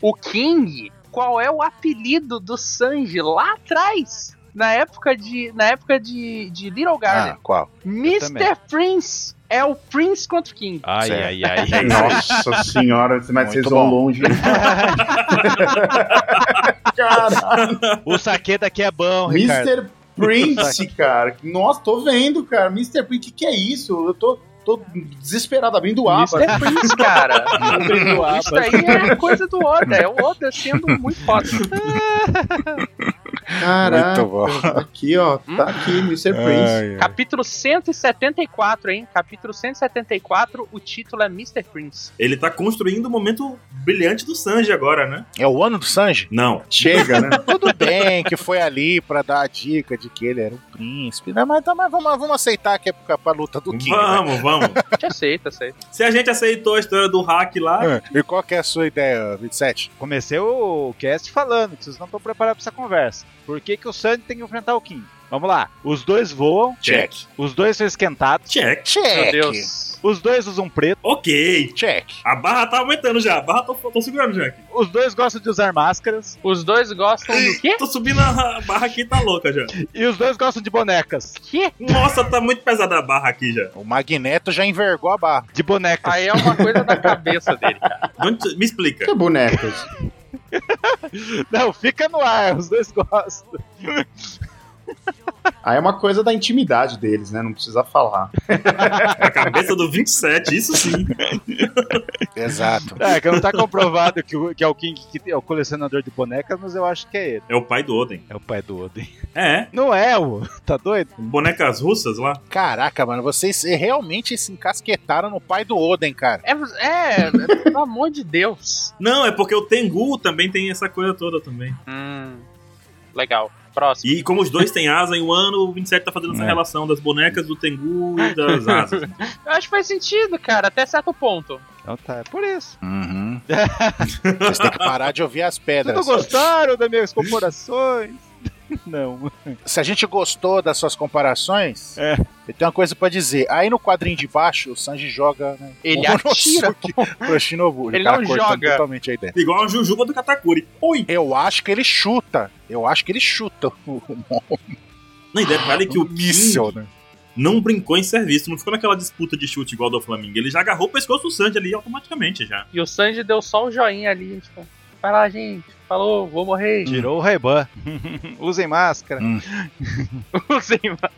S4: o King, qual é o apelido do Sanji lá atrás? Na época de, na época de, de Little Garden.
S1: ah, qual?
S4: Mr.
S3: também.
S4: Prince é o Prince contra o King.
S3: Ai,
S1: Certo.
S3: ai, ai,
S5: Nossa senhora, mas vocês
S1: bom.
S5: vão longe. cara,
S3: O saque daqui é bom, Ricardo.
S5: Mr. Prince, cara. Nossa, tô vendo, cara. Mr. Prince, o que, que é isso? Eu tô, tô desesperado abrindo o aba.
S4: Mr. Prince, cara.
S3: Abrindo aba.
S4: Isso daí é coisa do Oda. É o Oda sendo muito foda.
S5: Caraca.
S1: Muito bom.
S5: Aqui, ó. Tá aqui, Mr. Prince.
S1: Ai, ai.
S4: Capítulo 174, hein? Capítulo 174, o título é Mr. Prince.
S2: Ele tá construindo o momento brilhante do Sanji agora, né?
S1: É o ano do Sanji?
S2: Não.
S5: Chega, né?
S1: Tudo bem que foi ali pra dar a dica de que ele era um príncipe, né? Mas, tá, mas vamos, vamos aceitar que é pra, pra luta do King. né?
S2: Vamos, vamos.
S4: Te aceita, aceita.
S2: Se a gente aceitou a história do hack lá,
S1: É, E qual que é a sua ideia, 27?
S3: Comecei o cast falando que vocês não estão preparados pra essa conversa. Por que, que o Sandy tem que enfrentar o Kim? Vamos lá. Os dois voam,
S2: check.
S3: os dois são esquentados,
S2: Check.
S4: Meu
S1: Check!
S4: Deus.
S3: os dois usam preto,
S2: Ok.
S1: Check!
S2: A barra tá aumentando já. A barra tô, tô segurando já aqui.
S3: os dois gostam de usar máscaras
S4: Os dois gostam do quê?
S2: Tô subindo a barra aqui, tá louca já.
S3: e os dois gostam de bonecas.
S4: Quê?
S2: Nossa, tá muito pesada a barra aqui já.
S1: O Magneto já envergou a barra.
S3: De bonecas.
S4: Aí é uma coisa da cabeça dele, cara.
S2: Onde- me explica.
S5: Que é bonecas.
S3: Não, fica no ar, os dois gostam.
S5: Aí é uma coisa da intimidade deles, né? Não precisa falar.
S2: A cabeça do 27, isso sim.
S1: Exato.
S3: É, que não tá comprovado que, o- que é o King que é o colecionador de bonecas, mas eu acho que é ele.
S2: É o pai do Oden.
S3: É o pai do Odin.
S2: É,
S3: Não é, o Tá doido?
S2: bonecas russas lá.
S1: Caraca, mano, vocês realmente se encasquetaram no pai do Oden, cara.
S4: É, é, é, pelo amor de Deus.
S2: Não, é porque o Tengu também tem essa coisa toda também.
S4: Hum, legal. Próximo.
S2: E como os dois têm asa em um ano, o 27 tá fazendo essa
S1: É.
S2: relação das bonecas, do Tengu e das asas.
S4: Eu acho que faz sentido, cara, até certo ponto.
S3: Então tá, é por isso.
S1: Uhum. Vocês têm que parar de ouvir as
S3: Vocês não
S1: pedras.
S3: gostaram das minhas comparações? Não.
S1: Se a gente gostou das suas comparações,
S3: É.
S1: eu tenho uma coisa pra dizer. Aí no quadrinho de baixo, o Sanji joga né,
S4: Ele
S1: o
S4: atira.
S1: Momonosuke pro Shinobu.
S4: Ele
S1: O cara
S4: não
S1: cortando
S4: joga.
S1: totalmente a ideia.
S2: Igual a Jujuba do Katakuri. Oi!
S1: Eu acho que ele chuta. Eu acho que ele chuta o
S2: Não, e detalhe que o
S1: míssel,
S2: King
S1: né?
S2: não brincou em serviço, não ficou naquela disputa de chute igual do Flamengo. Ele já agarrou o pescoço do Sanji ali automaticamente já.
S4: E o Sanji deu só um joinha ali, tipo, vai lá, gente. Falou, vou morrer.
S3: Tirou o Ray-Ban. Usem máscara.
S4: Usem máscara.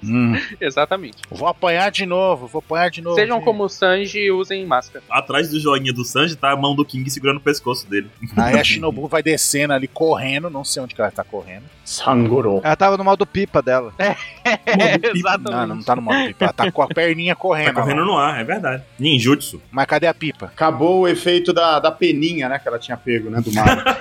S4: Exatamente.
S1: Hum. Vou apanhar de novo, vou apanhar de novo.
S4: Sejam
S1: Oh, gente.
S4: como o Sanji e usem máscara.
S2: Atrás do joinha do Sanji tá a mão do King segurando o pescoço dele.
S1: Aí a Shinobu vai descendo ali, correndo. Não sei onde que ela tá correndo.
S5: Sangoro.
S3: Ela tava no mal do pipa dela.
S4: É,
S1: Não,
S4: exatamente.
S1: não tá numa pipa. Ela tá com a perninha
S2: Tá
S1: correndo.
S2: correndo
S1: ó.
S2: no ar, é verdade. Ninjutsu.
S1: Mas cadê a pipa?
S5: Acabou o efeito da, da peninha, né? Que ela tinha pego, né? Do mar.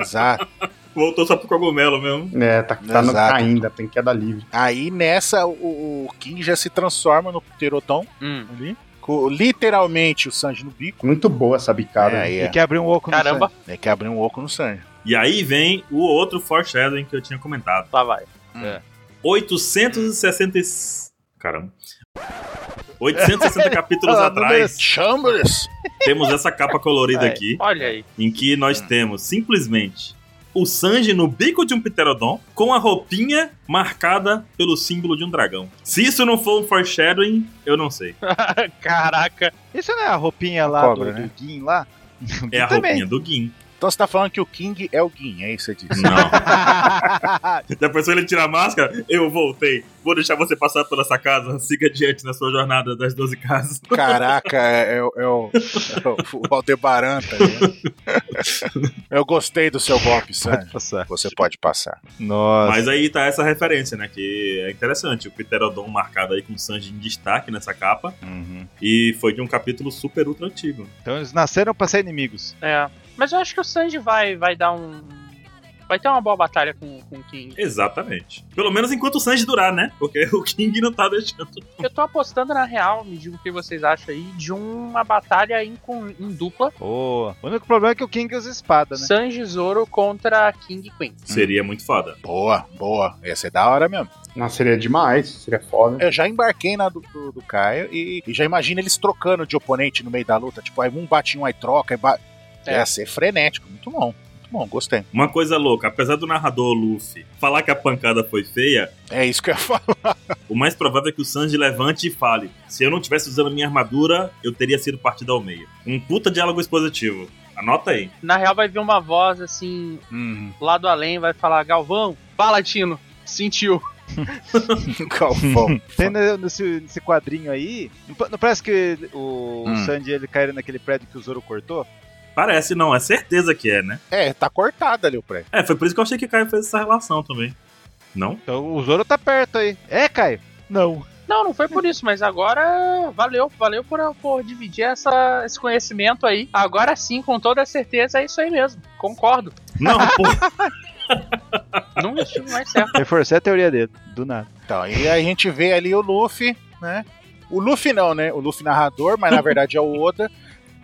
S1: Exato.
S2: Voltou só pro cogumelo mesmo.
S5: é, tá, tá no,
S1: Exato.
S5: ainda, tem queda livre.
S1: Aí nessa, o, o King já se transforma no Pteroton
S4: Hum.
S1: ali. Com, literalmente o Sanji no bico.
S5: Muito boa essa bicada.
S1: É,
S5: né?
S1: aí,
S3: E quer abrir um oco no
S4: Caramba,
S3: sangue.
S1: É que abriu um oco no Sanji.
S2: E aí vem o outro foreshadowing que eu tinha comentado.
S4: lá vai.
S2: 860. Caramba. 860 capítulos
S3: Ah,
S2: atrás,
S1: Chambers!
S2: temos essa capa colorida
S3: Ai.
S2: aqui,
S4: Olha aí.
S2: em que nós temos simplesmente o Sanji no bico de um pterodon com a roupinha marcada pelo símbolo de um dragão. Se isso não for um foreshadowing, eu não sei.
S4: Caraca.
S3: Isso não é a roupinha lá
S1: cobra,
S3: do,
S1: né?
S3: do Gin lá?
S2: É a
S3: Também.
S2: roupinha do Gin.
S1: Então você tá falando que o King é o Gin, é isso que você disse?
S2: Não. Já pensou ele tirar a máscara? Eu voltei. Vou deixar você passar por essa casa. Siga adiante na sua jornada das 12 casas.
S1: Caraca, é, é o- é o, é o- o Aldebaran, tá ligado? Eu gostei do seu golpe, Sanji.
S3: Nossa.
S1: Você pode passar.
S3: Nossa.
S2: Mas aí tá essa referência, né? Que é interessante. O Pterodon marcado aí com o Sanji em destaque nessa capa.
S1: Uhum.
S2: E foi de um capítulo super ultra antigo.
S3: Então eles nasceram pra ser inimigos.
S4: É. Mas eu acho que o Sanji vai, vai dar um. Vai ter uma boa batalha com, com o King.
S2: Exatamente. Pelo menos enquanto o Sanji durar, né? Porque o King não tá deixando.
S4: Eu tô apostando na real, me digam o que vocês acham aí, de uma batalha em, com- em dupla.
S3: Boa. O único problema é que o King usa espada, né?
S4: Sanji Zoro contra King Queen.
S2: Seria muito foda.
S1: Boa, boa. Ia ser da hora mesmo.
S5: Nossa, seria demais, seria foda.
S1: Eu já embarquei na do, do, do Caio e, e já imagino eles trocando de oponente no meio da luta. Tipo, aí um bate em um, aí troca. Aí ba...
S4: É.
S1: Ia ser frenético. Muito bom. Muito bom, gostei.
S2: Uma coisa louca, apesar do narrador Luffy falar que a pancada foi feia,
S1: É isso que eu ia falar.
S2: O mais provável é que o Sanji levante e fale: Se eu não tivesse usando minha armadura, eu teria sido partido ao meio. Um puta diálogo expositivo. Anota aí.
S4: Na real, vai vir uma voz assim, lá do além, vai falar: Galvão, Palatino, sentiu.
S1: Galvão.
S3: Tem ne- nesse, nesse quadrinho aí. Não, pa- não parece que o, o
S1: Hum.
S3: Sanji ele caiu naquele prédio que o Zoro cortou?
S2: Parece, não, é certeza que é, né?
S1: É, tá cortado ali o prédio.
S2: É, foi por isso que eu achei que Caio fez essa relação também. Não?
S3: Então o Zoro tá perto aí. É, Caio? Não.
S4: Não, não foi por isso, mas agora valeu, valeu por, por dividir essa, esse conhecimento aí. Agora sim, com toda certeza, é isso aí mesmo. Concordo.
S2: Não, pô.
S4: Nunca estive mais certo.
S3: Reforcei a teoria dele, do nada.
S1: Então, e aí a gente vê ali o Luffy, né? O Luffy não, né? O Luffy narrador, mas na verdade é o Oda.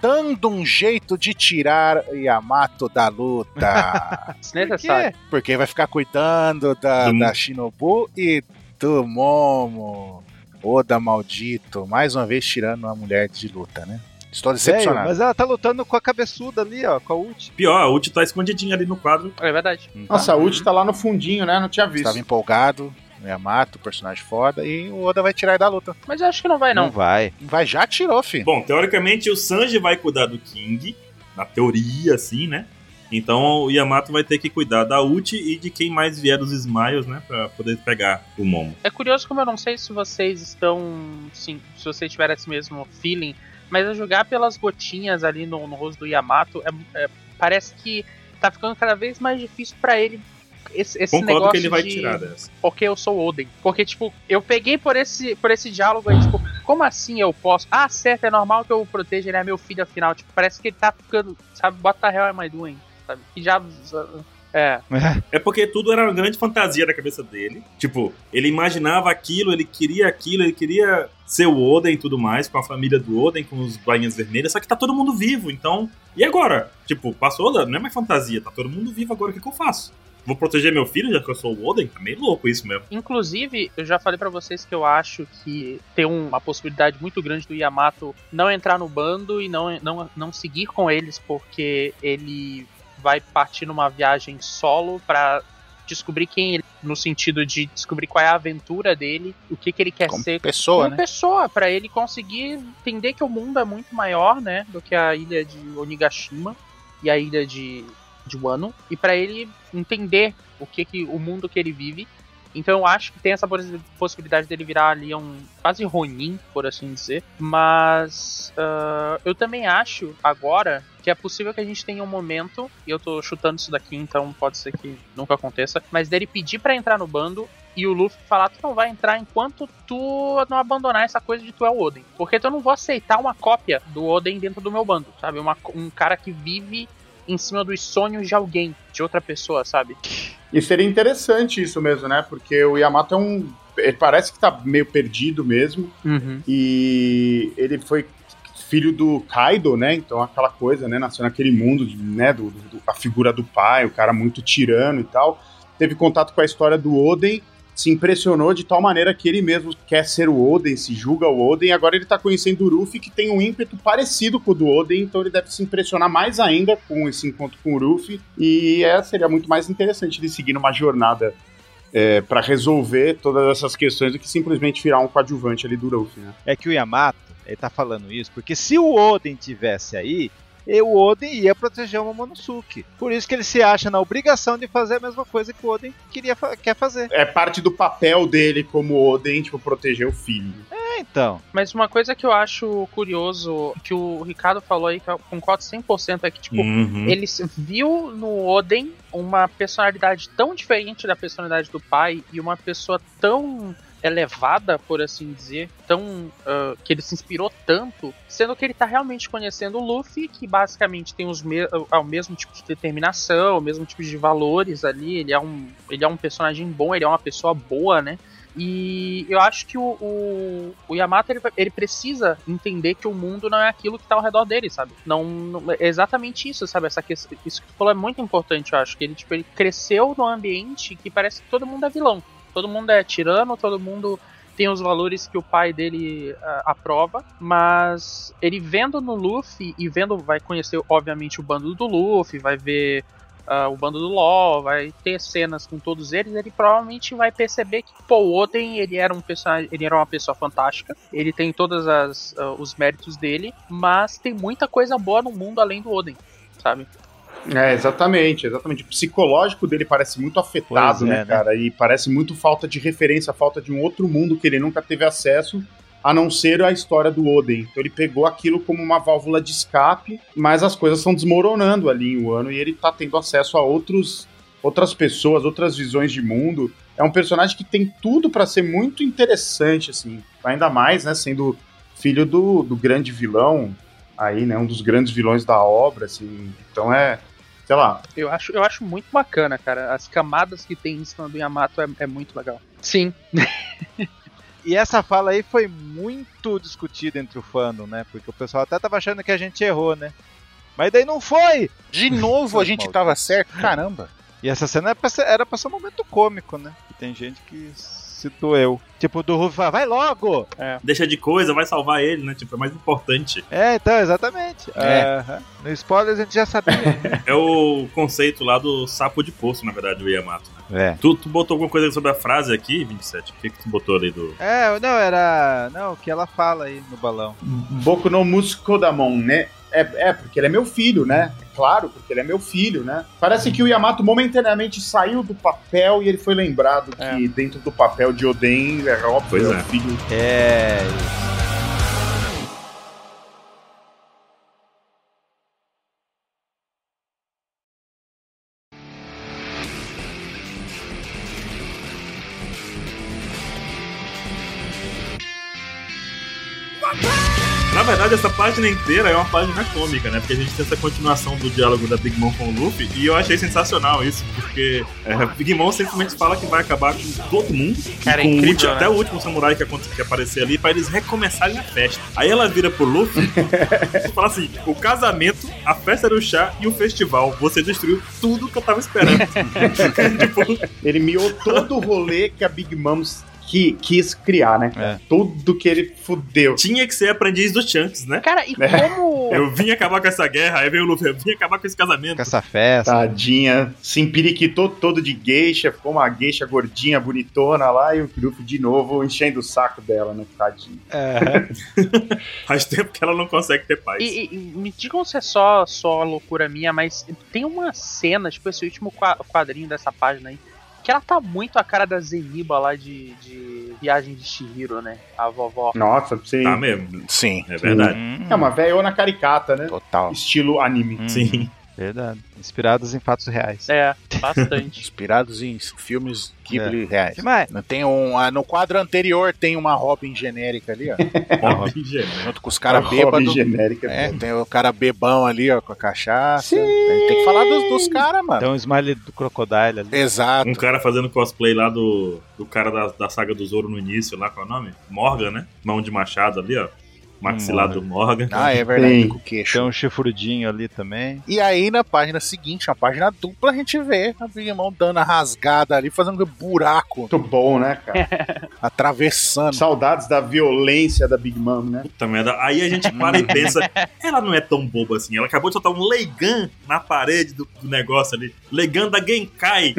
S1: Dando um jeito de tirar Yamato da luta.
S3: é,
S4: Desnecessário.
S3: tá
S1: Porque vai ficar cuidando da,
S2: Do-
S1: da Shinobu e do Momo. Oda maldito. Mais uma vez tirando uma mulher de luta, né? Estou
S3: Sério,
S1: decepcionado.
S3: mas ela tá lutando com a cabeçuda ali, ó, com a ult.
S2: Pior, a ult tá escondidinha ali no quadro.
S4: É verdade.
S5: Nossa, a Ult tá lá no fundinho, né? Não tinha visto.
S1: Então Estava empolgado. Yamato, personagem foda. E o Oda vai tirar ele da luta.
S4: Mas eu acho que não vai, não.
S3: vai.
S1: Vai, já tirou, fi.
S2: Bom, teoricamente o Sanji vai cuidar do King. Na teoria, assim, né? Então o Yamato vai ter que cuidar da ult e de quem mais vier dos Smiles, né? Pra poder pegar o Momo.
S4: É curioso como eu não sei se vocês estão. Sim, se vocês tiveram esse mesmo feeling, mas a jogar pelas gotinhas ali no, no rosto do Yamato, é- é- parece que tá ficando cada vez mais difícil pra ele. Esse, esse
S2: Concordo
S4: negócio
S2: que ele vai
S4: de-
S2: tirar né? dessa.
S4: porque eu sou Oden. Porque, tipo, eu peguei por esse, por esse diálogo aí, tipo, como assim eu posso? Ah, certo, é normal que eu o proteja, ele é meu filho afinal. Tipo, parece que ele tá ficando, sabe, bota a real, é am I doing? Sabe? Que já. É,
S2: É porque tudo era uma grande fantasia da cabeça dele. Tipo, ele imaginava aquilo, ele queria aquilo, ele queria ser o Oden e tudo mais, com a família do Oden, com os bainhas vermelhas, só que tá todo mundo vivo, então. E agora? Tipo, passou, não é mais fantasia, tá todo mundo vivo agora, o que, que eu faço? Vou proteger meu filho, já que eu sou o Oden? Tá meio louco isso mesmo.
S4: Inclusive, eu já falei pra vocês que eu acho que tem uma possibilidade muito grande do Yamato não entrar no bando e não, não, não seguir com eles, porque ele vai partir numa viagem solo pra descobrir quem ele, no sentido de descobrir qual é a aventura dele, o que, que ele quer
S1: Como
S4: ser.
S1: pessoa, né?
S4: como pessoa, pra ele conseguir entender que o mundo é muito maior, né, do que a ilha de Onigashima e a ilha de, de Wano, e pra ele entender o que, que o mundo que ele vive então eu acho que tem essa possi- possibilidade dele virar ali um quase Ronin, por assim dizer. Mas ah, eu também acho agora que é possível que a gente tenha um momento, e eu tô chutando isso daqui, então pode ser que nunca aconteça, mas dele pedir pra entrar no bando e o Luffy falar: tu não vai entrar enquanto tu não abandonar essa coisa de tu é o Oden. Porque tu não vou aceitar uma cópia do Oden dentro do meu bando, sabe? Uma co- um cara que vive em cima dos sonhos de alguém, de outra pessoa, sabe?
S5: E seria interessante isso mesmo, né? Porque o Yamato é um. Ele parece que tá meio perdido mesmo.
S4: Uhum.
S5: E ele foi filho do Kaido, né? Então aquela coisa, né? Nasceu naquele mundo, de- né? Do, do- do- a figura do pai, o cara muito tirano e tal. Teve contato com a história do Oden. se impressionou de tal maneira que ele mesmo quer ser o Oden, se julga o Oden, e agora ele tá conhecendo o Ruffy, que tem um ímpeto parecido com o do Oden, então ele deve se impressionar mais ainda com esse encontro com o Ruffy, e é, seria muito mais interessante ele seguir numa jornada é, para resolver todas essas questões do que simplesmente virar um coadjuvante ali do Ruffy, né?
S3: É que o Yamato, ele tá falando isso, porque se o Oden tivesse aí, e o Oden ia proteger o Momonosuke. Por isso que ele se acha na obrigação de fazer a mesma coisa que o Oden queria, fa- quer fazer.
S5: É parte do papel dele como Oden, tipo, proteger o filho.
S3: É, então.
S4: Mas uma coisa que eu acho curioso, que o Ricardo falou aí, que eu concordo 100%, é que, tipo,
S2: Uhum.
S4: ele se- viu no Oden uma personalidade tão diferente da personalidade do pai e uma pessoa tão elevada, por assim dizer, tão ah, que ele se inspirou tanto, sendo que ele tá realmente conhecendo o Luffy, que basicamente tem os me ah, o mesmo tipo de determinação, o mesmo tipo de valores ali, ele é um ele é um personagem bom, ele é uma pessoa boa, né? E eu acho que o, o, o Yamato ele, vai- ele precisa entender que o mundo não é aquilo que tá ao redor dele, sabe? Não, não- é exatamente isso, sabe? Essa questão, isso que tu falou é muito importante, eu acho que ele tipo ele cresceu num ambiente que parece que todo mundo é vilão, todo mundo é tirano, todo mundo tem os valores que o pai dele ah, aprova, mas ele vendo no Luffy e vendo vai conhecer obviamente o bando do Luffy, vai ver ah, o bando do LoL, vai ter cenas com todos eles, ele provavelmente vai perceber que pô, o Oden, ele era um personagem, ele era uma pessoa fantástica, ele tem todos os méritos dele, mas tem muita coisa boa no mundo além do Oden, sabe?
S5: É, exatamente, exatamente. O psicológico dele parece muito afetado,
S3: Pois é,
S5: né,
S3: né?
S5: cara? E parece muito falta de referência, falta de um outro mundo que ele nunca teve acesso, a não ser a história do Oden. Então ele pegou aquilo como uma válvula de escape, mas as coisas estão desmoronando ali em um ano e ele tá tendo acesso a outros, outras pessoas, outras visões de mundo. É um personagem que tem tudo pra ser muito interessante, assim. Ainda mais, né, sendo filho do, do grande vilão aí, né, um dos grandes vilões da obra, assim. Então é, sei lá,
S4: Eu acho, eu acho muito bacana, cara. As camadas que tem em cima do Yamato é, é muito legal. Sim.
S3: E essa fala aí foi muito discutida entre o fandom, né? Porque o pessoal até tava achando que a gente errou, né? Mas daí não foi!
S1: De novo a gente tava certo, caramba.
S3: E essa cena era pra ser, era pra ser um momento cômico, né? E tem gente que se doeu. Tipo, do Rufo fala, vai logo! É,
S2: Deixa de coisa, vai salvar ele, né? Tipo, é mais importante.
S3: é então, exatamente.
S1: É.
S3: Aham. No spoiler a gente já sabia.
S2: É o conceito lá do sapo de poço, na verdade, do Yamato. Né?
S3: é.
S2: Tu, tu botou alguma coisa sobre a frase aqui, 27? O que, que tu botou ali do.
S3: É, não, era. Não, o que ela fala aí no balão.
S5: Boku no Muskodamon, né? É, é, porque ele é meu filho, né? É claro, porque ele é meu filho, né? Parece que o Yamato momentaneamente saiu do papel e ele foi lembrado
S3: É.
S5: que dentro do papel de Oden é óbvio,
S2: Pois
S5: é,
S2: é.
S5: o filho.
S3: É.
S2: Na verdade, essa página inteira é uma página cômica, né? Porque a gente tem essa continuação do diálogo da Big Mom com o Luffy, e eu achei sensacional isso, porque é, a Big Mom simplesmente fala que vai acabar com todo mundo,
S4: Cara, é
S2: com o
S4: incrível,
S2: último-
S4: né?
S2: até o último samurai que, aconte- que aparecer ali, pra eles recomeçarem a festa. Aí ela vira pro Luffy e fala assim: o casamento, a festa do chá e o festival, você destruiu tudo que eu tava esperando. tipo,
S5: Ele miou todo o rolê que a Big Mom qui- quis criar, né?
S3: É.
S5: Tudo que ele fudeu.
S2: tinha que ser aprendiz do Chunks, né?
S4: Cara, e como.
S2: Eu vim acabar com essa guerra, aí veio o Luffy, eu vim acabar com esse
S3: Com
S2: casamento.
S3: essa festa.
S5: Tadinha, se empiriquitou todo de geisha, ficou uma geisha gordinha, bonitona lá, e o Luffy de novo enchendo o saco dela, né? Tadinha.
S3: Aham.
S2: Faz tempo que ela não consegue ter paz.
S4: E, e- e me digam se é só, só loucura minha, mas tem uma cena, tipo esse último qua- quadrinho dessa página aí, que ela tá muito a cara da Zeniba lá de, de Viagem de Shihiro, né? A vovó.
S5: Nossa, sim.
S2: Tá mesmo,
S1: Sim,
S2: é verdade.
S5: É uma velhona caricata, né?
S1: total.
S5: Estilo anime.
S3: Hum,
S2: Sim.
S3: Verdade. Inspirados em fatos reais.
S4: É, bastante.
S1: Inspirados em filmes
S5: É.
S1: Ghibli reais.
S3: que mais?
S1: Tem um, ah, no quadro anterior tem uma Robin genérica ali, ó.
S2: Robin Gêmeo.
S1: junto com os
S5: Cara
S1: caras bêbados.
S5: genérica.
S1: É, tem o cara bebão ali, ó, com a cachaça.
S5: Sim!
S1: Tem, tem que falar dos, dos caras, mano.
S3: Então, o smile do crocodile ali.
S1: Exato.
S2: Um cara fazendo cosplay lá do, do cara da, da saga do Zoro no início, lá qual é o nome? Morgan, né? Mão de machado ali, ó. maxilar do Morgan.
S1: Ah, é verdade,
S5: Sim. Então,
S1: com o queixo.
S3: Tem um chifrudinho ali também.
S1: E aí, na página seguinte, na página dupla, a gente vê a Big Mom dando a rasgada ali, fazendo um buraco,
S5: Muito bom, né,
S3: É.
S5: cara?
S1: atravessando.
S5: Saudades da violência da Big Mom, né?
S2: Puta merda. Aí a gente para e pensa, ela não é tão boba assim. Ela acabou de soltar um Leigan na parede do, do negócio ali. Leigan da Genkai.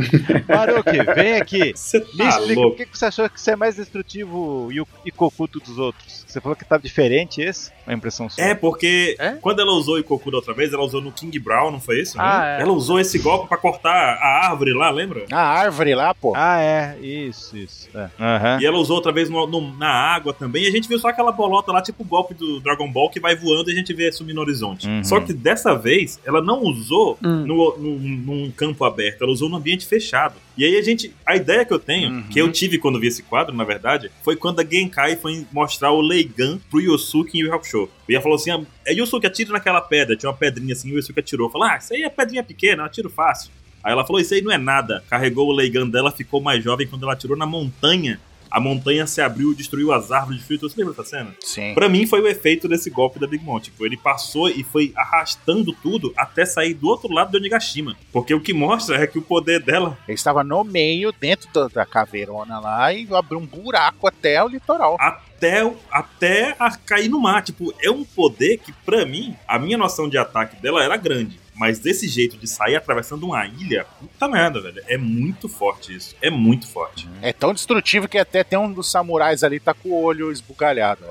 S3: Baruque, vem aqui.
S2: Você
S3: Me
S2: tá
S3: explica o
S2: louco.
S3: que que você achou que você é mais destrutivo e, o- e cocuto dos outros. Você falou que tava diferente esse? Uma impressão sua.
S2: É, porque
S4: É?
S2: quando ela usou o Ikoku da outra vez, ela usou no King Brown, não foi isso?
S4: Ah, é.
S2: Ela usou esse golpe pra cortar a árvore lá, lembra?
S1: Na árvore lá, pô.
S3: Ah, é. Isso, isso. É. Aham.
S2: E ela usou outra vez no- no- na água também. E a gente viu só aquela bolota lá, tipo o golpe do Dragon Ball, que vai voando e a gente vê sumir no horizonte.
S3: Uhum.
S2: Só que dessa vez, ela não usou
S4: Hum.
S2: no, no- num campo aberto, ela usou num ambiente fechado. E aí a gente. A ideia que eu tenho,
S1: Uhum.
S2: que eu tive quando vi esse quadro, na verdade, foi quando a Genkai foi mostrar o Leigan pro Yosuke em Yu Hakusho. E ela falou assim: "Ah, é Yosuke, atira naquela pedra. Tinha uma pedrinha assim, o Yosuke atirou. Falou: ah, isso aí é pedrinha pequena, eu atiro fácil. Aí ela falou: isso aí não é nada. Carregou o Leigan dela, ficou mais jovem quando ela atirou na montanha. A montanha se abriu, destruiu as árvores, destruiu tudo. Você lembra dessa cena?
S1: Sim.
S2: Pra mim foi o efeito desse golpe da Big Mom. Tipo, ele passou e foi arrastando tudo até sair do outro lado do Onigashima. Porque o que mostra é que o poder dela.
S1: Ele estava no meio, dentro da, da caveirona lá, e abriu um buraco até o litoral.
S2: Até, o- até a cair no mar. Tipo, é um poder que, pra mim, a minha noção de ataque dela era grande. Mas desse jeito de sair atravessando uma ilha, puta merda, velho. É muito forte isso. É muito forte.
S1: É tão destrutivo que até tem um dos samurais ali tá com o olho esbugalhado.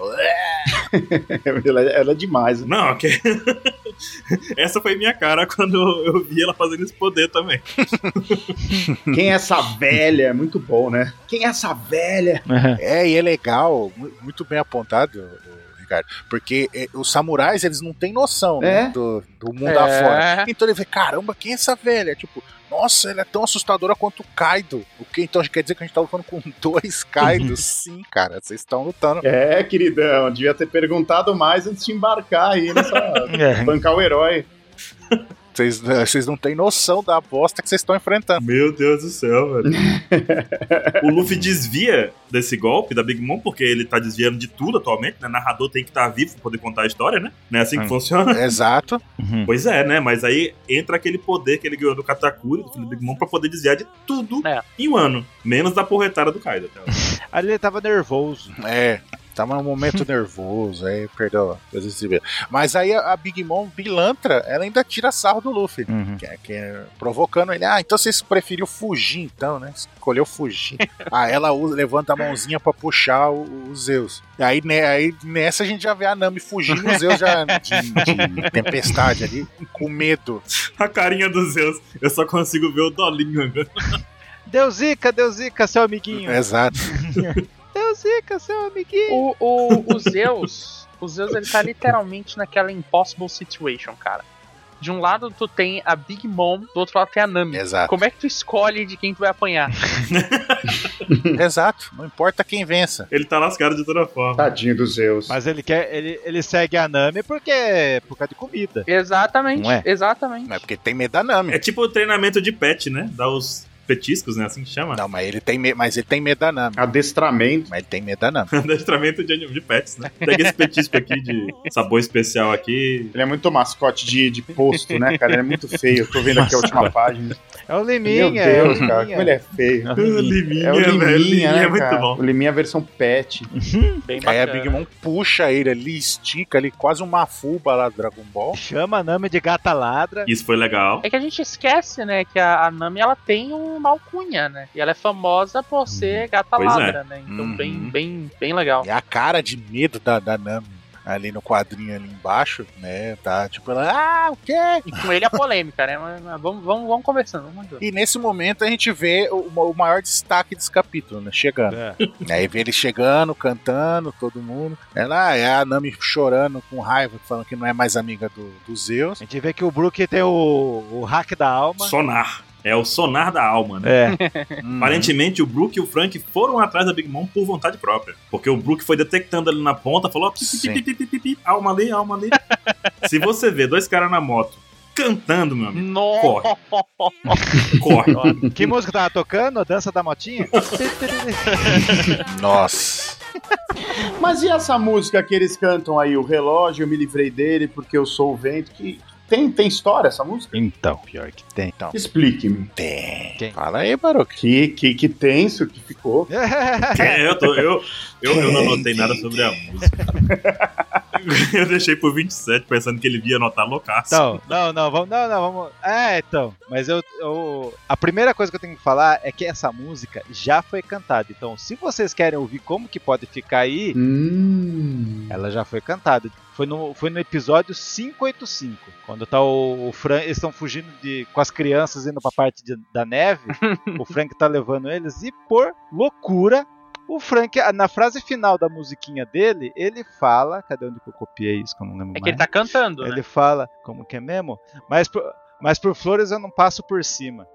S5: Ela, ela é demais. né?
S2: Não, ok. Essa foi minha cara quando eu vi ela fazendo esse poder também.
S5: Quem é essa velha? Muito bom, né? Quem é essa velha?
S1: É, e é legal, mu- muito bem apontado, ô, Ricardo, porque é, os samurais, eles não têm noção né,
S5: É.
S1: do, do mundo
S4: É.
S1: afora. Então ele vê, caramba, quem é essa velha? Tipo, nossa, ela é tão assustadora quanto o Kaido. O que então quer dizer que a gente tá lutando com dois Kaidos? Sim, cara, vocês estão lutando.
S5: É, queridão, devia ter perguntado mais antes de embarcar aí nessa.
S3: É.
S5: bancar o herói.
S1: Vocês eh, vocês não têm noção da bosta que vocês estão enfrentando.
S2: Meu Deus do céu, velho. o Luffy desvia desse golpe da Big Mom, porque ele tá desviando de tudo atualmente, né? Narrador tem que estar vivo pra poder contar a história, né? Não é assim que
S3: Hum.
S2: funciona.
S1: Exato.
S3: Uhum.
S2: Pois é, né? Mas aí entra aquele poder que ele ganhou do Katakuri, do filho do Big Mom, pra poder desviar de tudo
S4: É.
S2: em um ano. Menos da porretada do Kaido. tá? até agora.
S3: Ali ele tava nervoso.
S1: É. Tava num momento nervoso, aí perdeu. às vezes se vê. Mas aí a a Big Mom bilantra, ela ainda tira sarro do Luffy.
S3: Uhum.
S1: Que é- que é provocando ele. Ah, então vocês preferiu fugir, então, né? Escolheu fugir. aí ela usa- levanta a mãozinha pra puxar o, o Zeus. E aí, né, aí nessa a gente já vê a Nami fugindo, o Zeus já de, de tempestade ali, com medo.
S2: a carinha do Zeus, eu só consigo ver o dolinho né? agora.
S3: Deusica, Deusica, seu amiguinho.
S1: Exato.
S3: Deusica, seu amiguinho.
S4: O, o, o Zeus, o Zeus ele tá literalmente naquela impossible situation, cara. De um lado tu tem a Big Mom, do outro lado tem a Nami.
S1: Exato. é?
S4: Como é que tu escolhe de quem tu vai apanhar?
S1: Exato. Não importa quem vença.
S2: Ele tá lascado de toda forma.
S5: Tadinho dos Zeus.
S3: Mas ele quer. Ele, ele segue a Nami porque. é por causa de comida.
S4: Exatamente,
S3: Não é?
S4: exatamente.
S1: Não é porque tem medo da Nami.
S2: É tipo o treinamento de pet, né? Dá os petiscos, né? Assim que chama.
S1: Não, mas ele tem, me- mas ele tem medo da Nami.
S5: Adestramento.
S1: Mas ele tem medo da Nami.
S2: Adestramento de, anim- de pets, né? Pega esse petisco aqui de sabor especial aqui.
S5: Ele é muito mascote de, de posto, né, cara? Ele é muito feio. Eu tô vendo aqui a última página.
S3: É o Liminha.
S5: Meu Deus,
S3: é o
S5: cara,
S3: Liminha.
S5: como ele é feio.
S3: É o Liminha.
S2: Liminha,
S5: É o Liminha, né,
S2: É muito
S5: cara?
S2: bom.
S5: O Liminha é a versão pet.
S4: Bem
S1: Aí a
S4: bacana.
S1: Big Mom puxa ele ali, estica ali, quase uma fuba lá do Dragon Ball.
S3: Chama a Nami de gata ladra.
S2: Isso foi legal.
S4: É que a gente esquece, né, que a, a Nami ela tem uma alcunha, né? E ela é famosa por ser gata
S2: Pois é.
S4: ladra, né? Então
S1: Uhum.
S4: bem, bem, bem legal.
S1: E a cara de medo da, da Nami ali no quadrinho ali embaixo, né? Tá tipo ela, ah, o quê?
S4: E com ele a polêmica, né? Mas, mas vamos, vamos, vamos conversando, vamos conversando.
S1: E nesse momento a gente vê o, o maior destaque desse capítulo, né? Chegando.
S3: É.
S1: Aí vê ele chegando, cantando, todo mundo. Ela é a Nami chorando com raiva, falando que não é mais amiga do, do Zeus.
S3: A gente vê que o Brook tem o, o hack da alma.
S2: Sonar. É o sonar da alma, né?
S3: É.
S1: Hum,
S2: Aparentemente, o Brook e o Frank foram atrás da Big Mom por vontade própria. Porque o Brook foi detectando ali na ponta, falou: ó, pi, pi, pi, pi, pi, pi, pi, alma ali, alma ali. Se você vê dois caras na moto cantando, meu amigo,
S4: Nossa!
S2: corre.
S3: Que música tava tocando? A dança da motinha?
S1: Nossa.
S5: Mas e essa música que eles cantam aí, o relógio, eu me livrei dele porque eu sou o vento? Que tem, tem história essa música?
S1: Então, pior que tem. Então,
S5: Explique-me.
S1: tem.
S3: Quem?
S1: Fala aí, Baruque.
S5: Que, que, que tenso que ficou.
S2: É, eu, tô, eu, eu, eu não anotei nada sobre a música. Eu deixei por 27, pensando que ele ia anotar loucaço.
S3: Então, não, não, vamos, não, não, vamos. É, então. Mas eu, eu- a primeira coisa que eu tenho que falar é que essa música já foi cantada. Então, se vocês querem ouvir como que pode ficar aí,
S5: Hum.
S3: ela já foi cantada. Foi no, foi no episódio 585, quando tá o, o Frank, eles estão fugindo de com as crianças indo pra parte de- da neve. o Frank tá levando eles e por loucura o Frank, na frase final da musiquinha dele, ele fala. Cadê onde que eu copiei isso? Que eu não lembro
S4: É que
S3: mais.
S4: ele tá cantando, né?
S3: Ele fala, como que é mesmo? Mas por, mas por flores eu não passo por cima.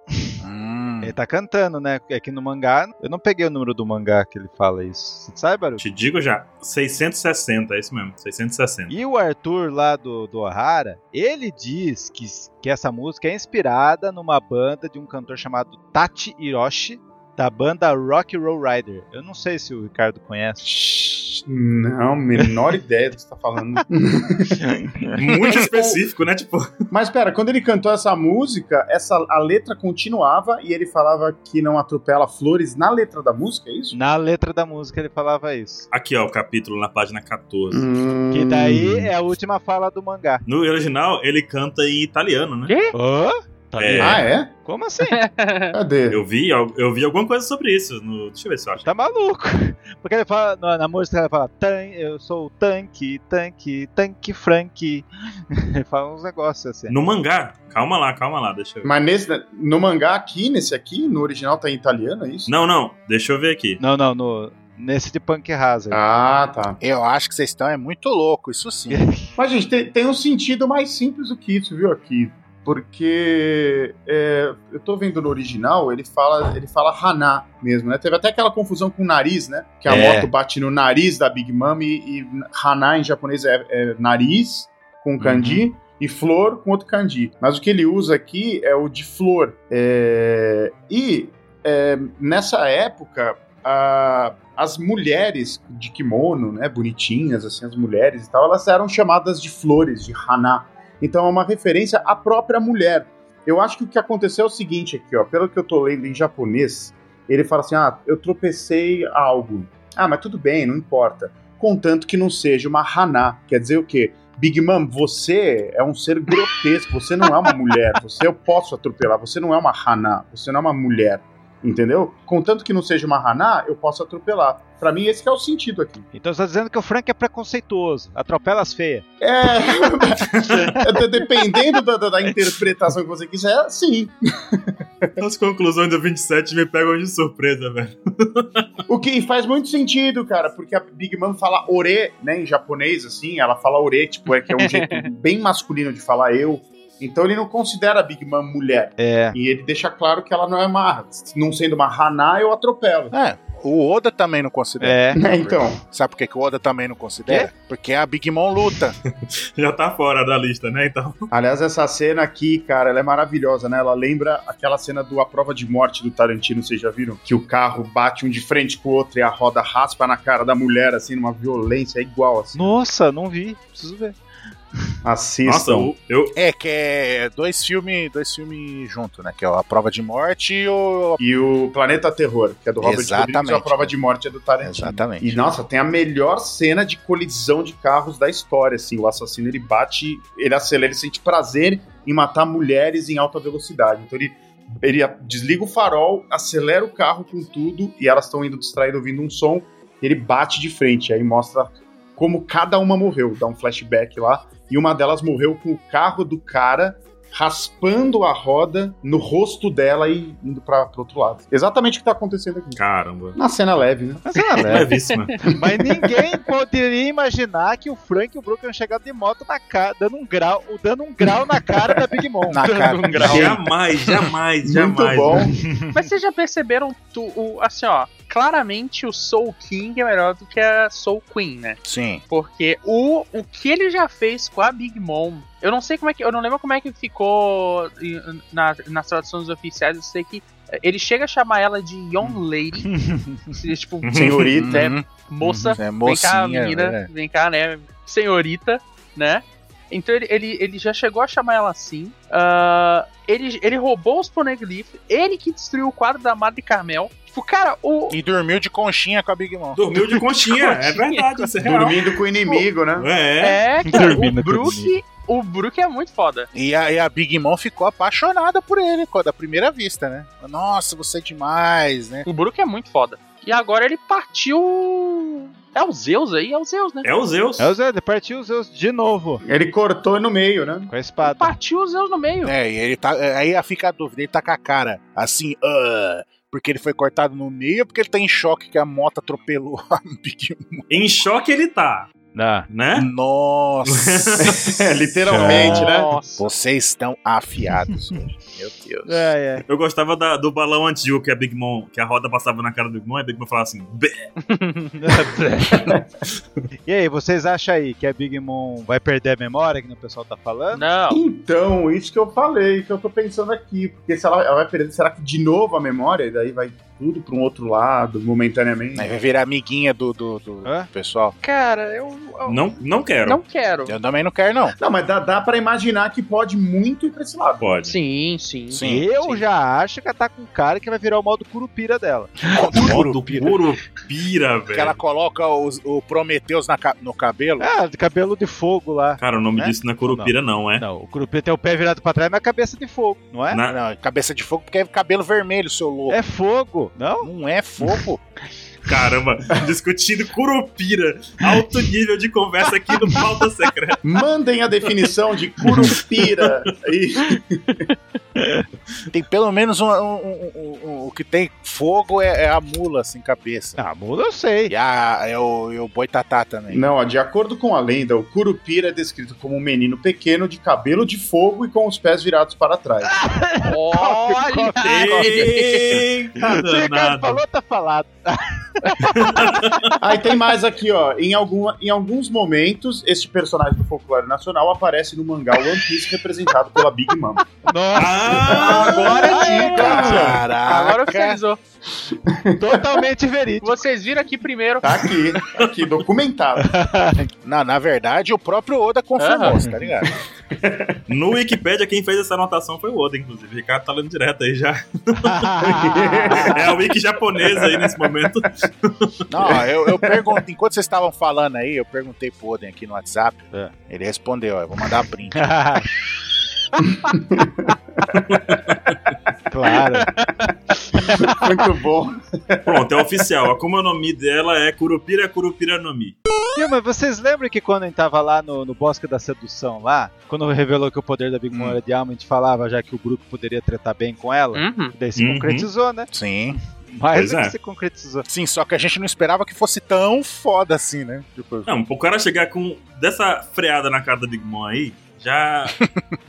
S1: Hum.
S3: Ele tá cantando, né? É que no mangá, eu não peguei o número do mangá que ele fala isso. Você sabe, Baru?
S2: Te digo já, 660, é isso mesmo, 660.
S3: E o Arthur lá do, do O'Hara, ele diz que, que essa música é inspirada numa banda de um cantor chamado Tati Hiroshi, da banda Rock Roll Rider. Eu não sei se o Ricardo conhece.
S5: Shhh, Não, menor ideia do que você tá falando.
S2: Muito específico, né? Tipo,
S5: Mas pera, quando ele cantou essa música, essa, a letra continuava e ele falava que não atropela flores na letra da música, é isso?
S3: Na letra da música ele falava isso.
S2: aqui ó, o capítulo na página 14.
S5: Hum.
S3: Que daí é a última fala do mangá.
S2: No original, ele canta em italiano, né?
S4: Que?
S3: Hã? Tá
S2: É.
S5: Ah, é?
S3: Como assim?
S5: Cadê?
S2: Eu vi, al- eu vi alguma coisa sobre isso. No... Deixa eu ver se eu acho.
S3: Tá maluco. Porque ele fala, na, na música ele fala, Tan, eu sou o tanque, tanque, tanque Frank. Ele fala uns negócios assim.
S2: No mangá. Calma lá, calma lá, deixa eu ver.
S5: Mas nesse, no mangá aqui, nesse aqui, no original tá em italiano, é isso?
S2: Não, não, deixa eu ver aqui.
S3: Não, não, no, nesse de Punk Hazard.
S5: Ah, tá.
S1: Eu acho que vocês estão é muito louco, isso sim.
S5: Mas, gente, tem, tem um sentido mais simples do que isso, viu, aqui. Porque é, eu tô vendo no original, ele fala, ele fala Haná mesmo, né? Teve até aquela confusão com o nariz, né? Que a
S3: É.
S5: moto bate no nariz da Big Mom e, e Haná em japonês é, é nariz com kanji e flor com outro kanji. Mas o que ele usa aqui é o de flor. É, e é, nessa época, a- as mulheres de kimono, né, bonitinhas, assim, as mulheres e tal, elas eram chamadas de flores, de haná. Então é uma referência à própria mulher. Eu acho que o que aconteceu é o seguinte aqui, ó, pelo que eu tô lendo em japonês, ele fala assim, ah, eu tropecei algo. Ah, mas tudo bem, não importa. Contanto que não seja uma haná. Quer dizer o quê? Big Mom, você é um ser grotesco, você não é uma mulher, você eu posso atropelar, você não é uma haná, você não é uma mulher. Entendeu? Contanto que não seja uma Haná, eu posso atropelar. Pra mim, esse que é o sentido aqui.
S3: Então você tá dizendo que o Frank é preconceituoso, atropela as feias.
S5: É. de- Dependendo da, da- da interpretação que você quiser, sim.
S2: As conclusões do 27 me pegam de surpresa, velho.
S5: O que faz muito sentido, cara, porque a Big Mom fala ore, né, em japonês, assim, ela fala ore, tipo, é que é um jeito bem masculino de falar eu. Então ele não considera a Big Mom mulher.
S3: É.
S5: E ele deixa claro que ela não é uma. Não sendo uma Haná, eu atropelo.
S1: É, o Oda também não considera.
S3: É.
S5: Né, então.
S1: Sabe por que, que o Oda também não considera? Porque a Big Mom luta.
S2: Já tá fora da lista, né? Então.
S5: Aliás, essa cena aqui, cara, ela é maravilhosa, né? Ela lembra aquela cena do A Prova de Morte do Tarantino, vocês já viram? Que o carro bate um de frente com o outro e a roda raspa na cara da mulher, assim, numa violência igual, assim.
S3: Nossa, não vi. Preciso ver.
S2: Nossa, um
S5: Assistam.
S2: eu, eu-
S1: É, que é dois filmes dois filme junto, né? Que é o A Prova de Morte e o.
S5: E o Planeta Terror, que é do Robert
S1: Exatamente.
S5: Rodrigues, e A Prova de Morte é do Tarantino.
S1: Exatamente.
S5: E nossa, tem a melhor cena de colisão de carros da história, assim. O assassino ele bate, ele acelera, ele sente prazer em matar mulheres em alta velocidade. Então ele, ele a- desliga o farol, acelera o carro com tudo e elas estão indo distraídas ouvindo um som. Ele bate de frente, aí mostra como cada uma morreu, dá um flashback lá. E uma delas morreu com o carro do cara raspando a roda no rosto dela e indo para outro lado. Exatamente o que tá acontecendo aqui.
S2: Caramba.
S5: Na cena leve, né?
S3: Mas, ela leva.
S2: Levíssima.
S3: Mas ninguém poderia imaginar que o Frank e o Brook iam chegar de moto na cara, dando um grau, dando um grau na cara da Big Mom.
S1: Na cara.
S3: Dando um grau.
S2: jamais, jamais,
S5: Muito
S2: jamais.
S5: bom.
S2: né?
S4: Mas vocês já perceberam tu- o, assim, ó, claramente o Soul King é melhor do que a Soul Queen, né?
S1: Sim.
S4: Porque o, o que ele já fez com a Big Mom, eu não sei como é que. Eu não lembro como é que ficou em- na- nas traduções oficiais, eu sei que Ele chega a chamar ela de Young Lady. tipo,
S5: Uhum. Senhorita.
S4: né, moça.
S1: É
S4: vem cá,
S1: mocinha,
S4: menina.
S1: né?
S4: Vem cá, né? Senhorita, né? Então ele, ele, ele já chegou a chamar ela assim. Ah, ele, ele roubou os poneglyphs. Ele que destruiu o quadro da Madre Carmel. Tipo, cara, o.
S1: E dormiu de conchinha com a Big Mom.
S2: Dormiu de conchinha, é verdade, isso é real.
S5: Dormindo com o inimigo, né?
S2: É,
S4: É, cara,
S6: Dormindo
S4: o
S6: com
S4: Brook. O Brook é muito foda.
S1: E a, e a Big Mom ficou apaixonada por ele, co- da primeira vista, né? Nossa, você é demais, né?
S4: O Brook é muito foda. E agora ele partiu. É o Zeus aí, é o Zeus, né?
S2: é o Zeus.
S3: É o Zeus, ele partiu o Zeus de novo.
S5: Ele cortou no meio, né?
S3: Com a espada.
S4: Partiu o Zeus no meio.
S1: É, e ele tá. Aí fica a dúvida, ele tá com a cara assim, ah, porque ele foi cortado no meio ou porque ele tá em choque que a moto atropelou a Big Mom?
S2: Em choque ele tá,
S3: Ah,
S2: né?
S1: Nossa!
S5: É, literalmente, né?
S4: Nossa.
S1: Vocês estão afiados hoje. Meu Deus.
S3: é, é.
S2: Eu gostava da- do balão antigo que a Big Mom, que a roda passava na cara do Big Mom, e a Big Mom falava assim, "Bé".
S3: e aí, vocês acham aí que a Big Mom vai perder a memória, que o pessoal tá falando?
S4: Não.
S5: Então, isso que eu falei, que eu tô pensando aqui. Porque se ela, ela vai perder, será que de novo a memória? E daí vai tudo pra um outro lado, momentaneamente.
S1: Aí Vai virar amiguinha do, do, do
S3: Hã?
S1: pessoal.
S4: Cara, eu. eu
S2: não, não quero.
S4: não quero.
S1: Eu também não quero, não.
S5: Não, mas dá, dá pra imaginar que pode muito ir pra esse lado.
S2: Pode.
S4: Sim, sim.
S1: Sim.
S3: eu já acho que ela tá com um cara que vai virar o modo curupira dela.
S2: Modo Curupira,
S1: Que
S2: velho.
S1: ela coloca os- o Prometheus na ca- no cabelo.
S3: Ah, de cabelo de fogo lá.
S2: Cara, o nome
S3: Né?
S2: disso não é Curupira, não, é?
S3: Não, o curupira tem o pé virado pra trás, mas a cabeça de fogo, não é?
S2: Na-
S1: Ah, Não, cabeça de fogo porque é cabelo vermelho, seu louco.
S3: É fogo, não?
S1: Não é fogo.
S2: Caramba, discutindo Curupira. Alto nível de conversa aqui no Pauta Secreta.
S5: Mandem a definição de curupira. E-
S1: Tem pelo menos um, um- um- um- um- o que tem fogo é, é a mula sem cabeça.
S3: Ah, muda eu sei.
S1: E, a, é o, e o boitatá também.
S5: Não, ó, de acordo com a lenda, o curupira é descrito como um menino pequeno de cabelo de fogo e com os pés virados para trás.
S4: Olha!
S3: É,
S2: Eita,
S3: Se o Ricardo
S2: danado.
S3: falou, tá falado.
S5: Aí tem mais aqui, ó. Em, algum, em alguns momentos, este personagem do folclore nacional aparece no mangá One Piece representado pela Big Mom.
S3: Nossa,
S2: Ah,
S4: Agora sim, cara.
S1: Caraca!
S4: Agora oficializou.
S3: totalmente verídico.
S4: Vocês viram aqui primeiro.
S5: Tá aqui, tá aqui, documentado.
S1: Não, na verdade, o próprio Oda confirmou,
S4: Aham.
S1: tá ligado?
S2: No Wikipedia, quem fez essa anotação foi o Oda, inclusive. O Ricardo tá lendo direto aí já. É a Wiki japonesa aí nesse momento.
S1: Não, eu, eu pergunto, enquanto vocês estavam falando aí, eu perguntei pro Oden aqui no WhatsApp.
S3: É.
S1: Ele respondeu, ó, eu vou mandar a print.
S3: claro.
S5: Muito bom.
S2: Pronto, é oficial. A Kuma no Mi dela é Curupira Curupira no Mi.
S3: Viu, mas vocês lembram que quando a gente tava lá no, no Bosque da Sedução lá, quando revelou que o poder da Big Mom
S1: Hum.
S3: era de alma, a gente falava já que o Brook poderia tratar bem com ela?
S4: Uhum.
S3: Daí se
S2: Uhum.
S3: concretizou, né?
S1: Sim.
S3: Mais
S2: Pois
S3: do
S2: é.
S3: que se concretizou.
S1: Sim, só que a gente não esperava que fosse tão foda assim, né? Tipo,
S2: Não, o cara chegar com dessa freada na cara da Big Mom aí, já.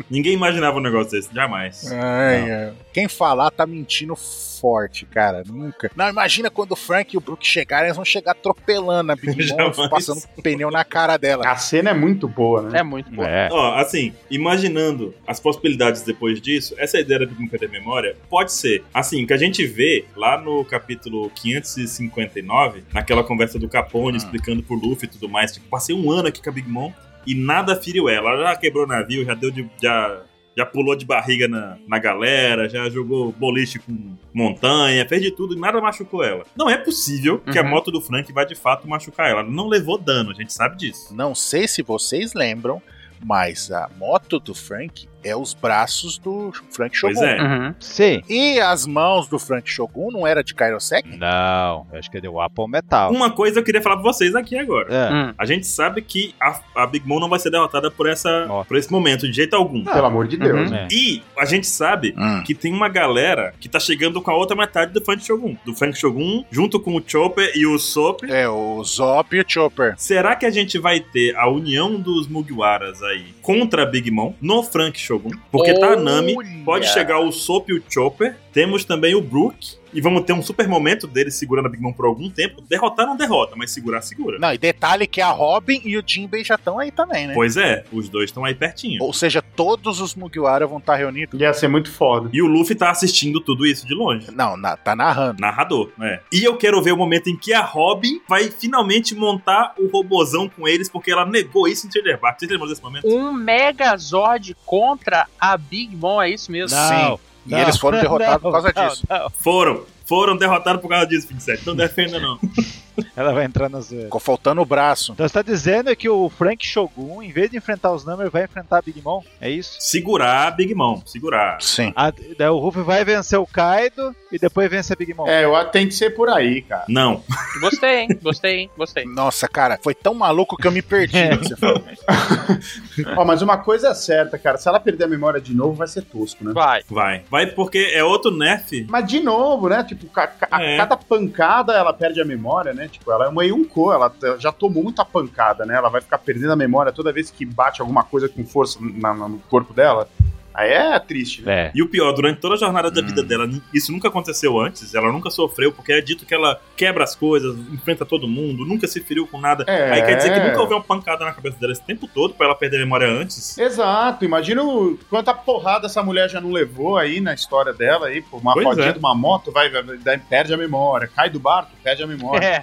S2: Ninguém imaginava um negócio desse, jamais.
S1: Ai, ai. Quem falar tá mentindo forte, cara. Nunca. Não, imagina quando o Frank e o Brook chegarem, eles vão chegar atropelando a Big Mom,
S2: Jamais.
S1: passando um pneu na cara dela.
S5: A cena é muito boa, né?
S4: É muito bom.
S3: É.
S2: Ó, assim, imaginando as possibilidades depois disso, essa ideia da Big Mom perder a memória pode ser, assim, que a gente vê lá no capítulo 559, naquela conversa do Capone
S1: Ah.
S2: explicando pro Luffy e tudo mais, tipo, passei um ano aqui com a Big Mom e nada feriu ela. Ela já quebrou navio, já deu de. Já, já pulou de barriga na, na galera, já jogou boliche com montanha, fez de tudo e nada machucou ela. Não é possível que a
S4: Uhum.
S2: moto do Frank vá de fato machucar ela. Ela Não levou dano, a gente sabe disso.
S1: Não sei se vocês lembram, mas a moto do Frank é os braços do Frank Shogun.
S2: Pois é.
S4: Uhum.
S3: Sim.
S1: E as mãos do Frank Shogun não era de Kairosek?
S3: Não, eu acho que deu Apple Metal.
S2: Uma coisa eu queria falar pra vocês aqui agora.
S3: É.
S4: Hum.
S2: A gente sabe que a, a Big Mom não vai ser derrotada por, essa,
S3: Ó.
S2: por esse momento, de jeito algum.
S5: Pelo amor de Deus.
S1: Uhum.
S3: É.
S2: E a gente sabe
S1: Hum.
S2: que tem uma galera que tá chegando com a outra metade do Frank Shogun. Do Frank Shogun, junto com o Chopper e o Sop.
S1: É, o Zop e o Chopper.
S2: Será que a gente vai ter a união dos Mugiwaras aí contra a Big Mom no Frank Shogun? Porque tá a Nami,
S4: Olha.
S2: pode chegar o Sop e o Chopper. Temos também o Brook. e vamos ter um super momento dele segurando a Big Mom por algum tempo. Derrotar não derrota, mas segurar, segura.
S1: Não, e detalhe que a Robin e o Jinbei já estão aí também, né?
S2: Pois é, os dois estão aí pertinho.
S1: Ou seja, todos os Mugiwara vão estar reunidos.
S5: Ia ser muito foda.
S2: E o Luffy tá assistindo tudo isso de longe.
S1: Não, na- tá narrando.
S2: Narrador, é. E eu quero ver o momento em que a Robin vai finalmente montar o robozão com eles, porque ela negou isso em Thriller Bark. Vocês lembram desse momento?
S4: Um Megazord contra a Big Mom, é isso mesmo?
S3: Não,
S1: E
S3: não,
S1: eles foram derrotados por causa
S3: não,
S1: disso.
S3: não.
S2: Foram. Foram derrotados por causa disso, 27. Não defenda, não.
S3: Ela vai entrar na zoeira.
S1: Ficou faltando o braço.
S3: Então você tá dizendo que o Frank Shogun, em vez de enfrentar os Number, vai enfrentar a Big Mom? É isso?
S2: Segurar, Big Mom, segurar.
S1: Sim.
S3: A- daí o Ruffy vai vencer o Kaido e depois vence a Big Mom.
S5: É, eu acho que tem que ser por aí, cara.
S2: Não.
S4: Gostei, hein? Gostei, hein? Gostei.
S1: Nossa, cara, foi tão maluco que eu me perdi.
S3: É.
S1: no que você falou.
S5: Ó, mas uma coisa é certa, cara. Se ela perder a memória de novo, vai ser tosco, né?
S4: Vai.
S2: Vai. Vai porque é outro nerf.
S5: Mas de novo, né? Tipo, ca- ca- a
S2: É.
S5: cada pancada ela perde a memória, né? Tipo, ela é uma Yonko, ela t- já tomou muita pancada, né? Ela vai ficar perdendo a memória toda vez que bate alguma coisa com força na- na- no corpo dela. Aí é triste, né?
S3: É.
S2: E o pior, durante toda a jornada da
S1: Hum.
S2: vida dela, isso nunca aconteceu antes, ela nunca sofreu, porque é dito que ela quebra as coisas, enfrenta todo mundo, nunca se feriu com nada.
S5: É.
S2: Aí quer dizer que nunca houve uma pancada na cabeça dela esse tempo todo pra ela perder a memória antes.
S5: Exato, imagina o- quanta porrada essa mulher já não levou aí na história dela aí, pô, uma
S2: Pois
S5: rodinha
S2: é.
S5: de uma moto, vai, vai- vai- perde a memória, cai do barco, perde a memória.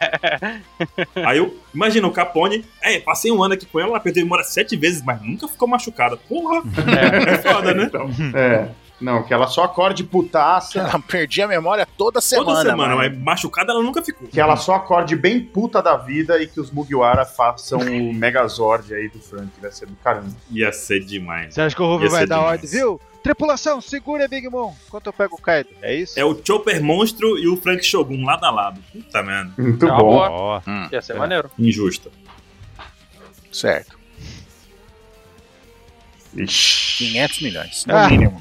S2: Aí eu, imagina o Capone, é, passei um ano aqui com ela, ela perdeu a memória sete vezes, mas nunca ficou machucada. Porra! É, foda, né?
S5: Então, é. Não, que ela só acorde putaça,
S1: Ela perdia a memória toda semana.
S2: Toda semana,
S1: mano.
S2: mas machucada ela nunca ficou.
S5: que ela só acorde bem puta da vida e que os Mugiwara façam o Megazord aí do Frank, vai ser do caramba.
S2: Ia ser demais.
S3: Você acha que o Ruffy
S2: Ia
S3: vai
S2: ser
S3: dar
S2: demais.
S3: ordem, viu? Tripulação, segura a Big Mom enquanto eu pego o Kaido. É isso?
S2: É o Chopper Monstro e o Frank Shogun lado a lado. Puta merda.
S5: Muito
S4: Tá
S5: bom.
S4: bom.
S3: Ó.
S4: Ia ser maneiro.
S2: Injusta.
S1: Certo.
S5: Ixi.
S1: 500 milhões, no
S3: Ah.
S1: mínimo.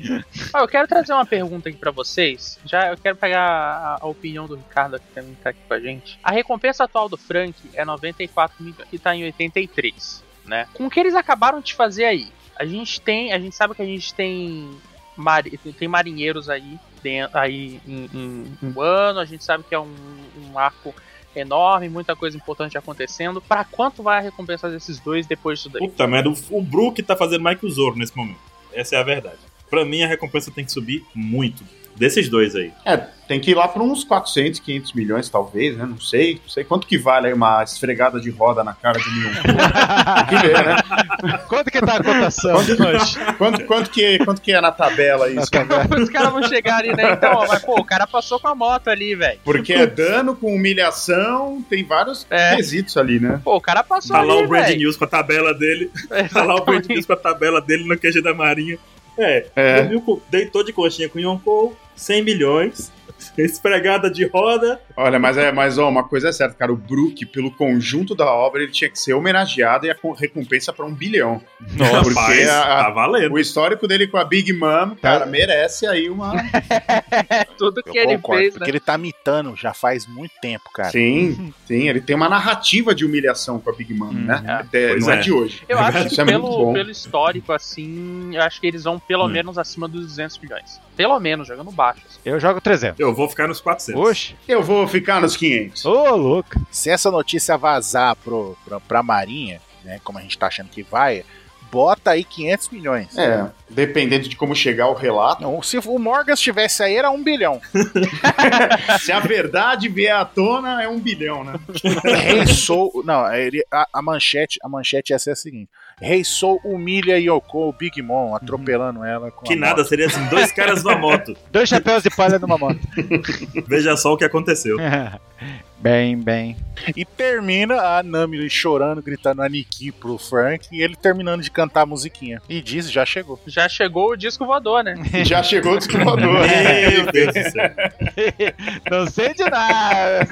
S4: Ah, eu quero trazer uma pergunta aqui pra vocês. Já eu quero pegar a, a opinião do Ricardo aqui também que tá aqui com a gente. A recompensa atual do Frank é 94 milhões, que tá em 83, né? Com o que eles acabaram de fazer aí? A gente tem, a gente sabe que a gente tem mari- tem marinheiros aí dentro, aí em, em, em Wano, a gente sabe que é um, um arco enorme, muita coisa importante acontecendo. Pra quanto vai a recompensa desses dois depois disso daí?
S2: Puta merda, o- o Brook tá fazendo mais que o Zoro nesse momento. Essa é a verdade. Pra mim, a recompensa tem que subir muito. Desses dois aí.
S5: É, tem que ir lá para uns 400, 500 milhões, talvez, né? Não sei. Não sei quanto que vale aí uma esfregada de roda na cara de um Yonko. Tem que ver, né?
S3: Quanto que tá a cotação hoje?
S5: Quanto, quanto, que, quanto que é na tabela isso?
S4: Os caras vão chegar ali, né? Então, ó, mas pô, o cara passou com a moto ali, velho.
S5: Porque é dano com humilhação, tem vários
S4: É.
S5: quesitos ali, né?
S4: Pô, o cara passou
S2: Tá lá
S4: ali,
S2: o Brand
S4: velho.
S2: News com a tabela dele. Tá lá o Brand News com a tabela dele no QG da Marinha. É,
S5: É.
S2: dormiu com- deitou de coxinha com o Yonkou, 100 milhões. Esfregada de roda.
S5: Olha, mas é, mas ó, uma coisa é certa, cara, o Brook, pelo conjunto da obra, ele tinha que ser homenageado e a co- recompensa para um bilhão.
S2: Nossa,
S5: porque a-
S2: tá valendo.
S5: O histórico dele com a Big Mom,
S2: Tá.
S5: cara, merece aí uma.
S4: É Tudo
S1: Eu
S4: que ele
S1: concordo,
S4: fez, né?
S1: porque ele tá mitando já faz muito tempo, cara.
S5: Sim, sim, ele tem uma narrativa de humilhação com a Big Mom, né?
S4: É.
S5: Até-
S2: Pois
S5: não é.
S2: é.
S5: de hoje.
S4: Eu acho que
S5: Isso é muito
S4: pelo,
S5: bom.
S4: pelo histórico, assim, eu acho que eles vão pelo
S2: Hum.
S4: menos acima dos 200 milhões. Pelo menos, jogando baixo. assim.
S3: Eu jogo 300.
S2: Eu vou ficar nos 400.
S3: Oxe.
S5: Eu vou ficar nos 500.
S3: Ô, louco.
S1: Se essa notícia vazar pro, pra, pra Marinha, né, como a gente tá achando que vai, bota aí 500 milhões.
S5: É, dependendo de como chegar o relato.
S1: Não, se o Morgan estivesse aí, era um bilhão.
S5: Se a verdade vier à tona, é um bilhão, né?
S1: Rei Soul. Não, ele- a, a manchete, a manchete ia ser a seguinte: Rei Soul humilha Yoko, o Big Mom, atropelando ela com
S2: Que
S1: a
S2: nada,
S1: moto.
S2: seria assim, dois caras numa moto.
S3: Dois chapéus de palha numa moto.
S2: Veja só o que aconteceu.
S3: bem, bem.
S1: E termina a Nami chorando, gritando Aniki pro Frank, e ele terminando de cantar a musiquinha. E diz, já chegou.
S4: Já chegou o disco voador, né?
S5: Já chegou o desculpador.
S2: Meu Deus do céu.
S3: Não sei de nada.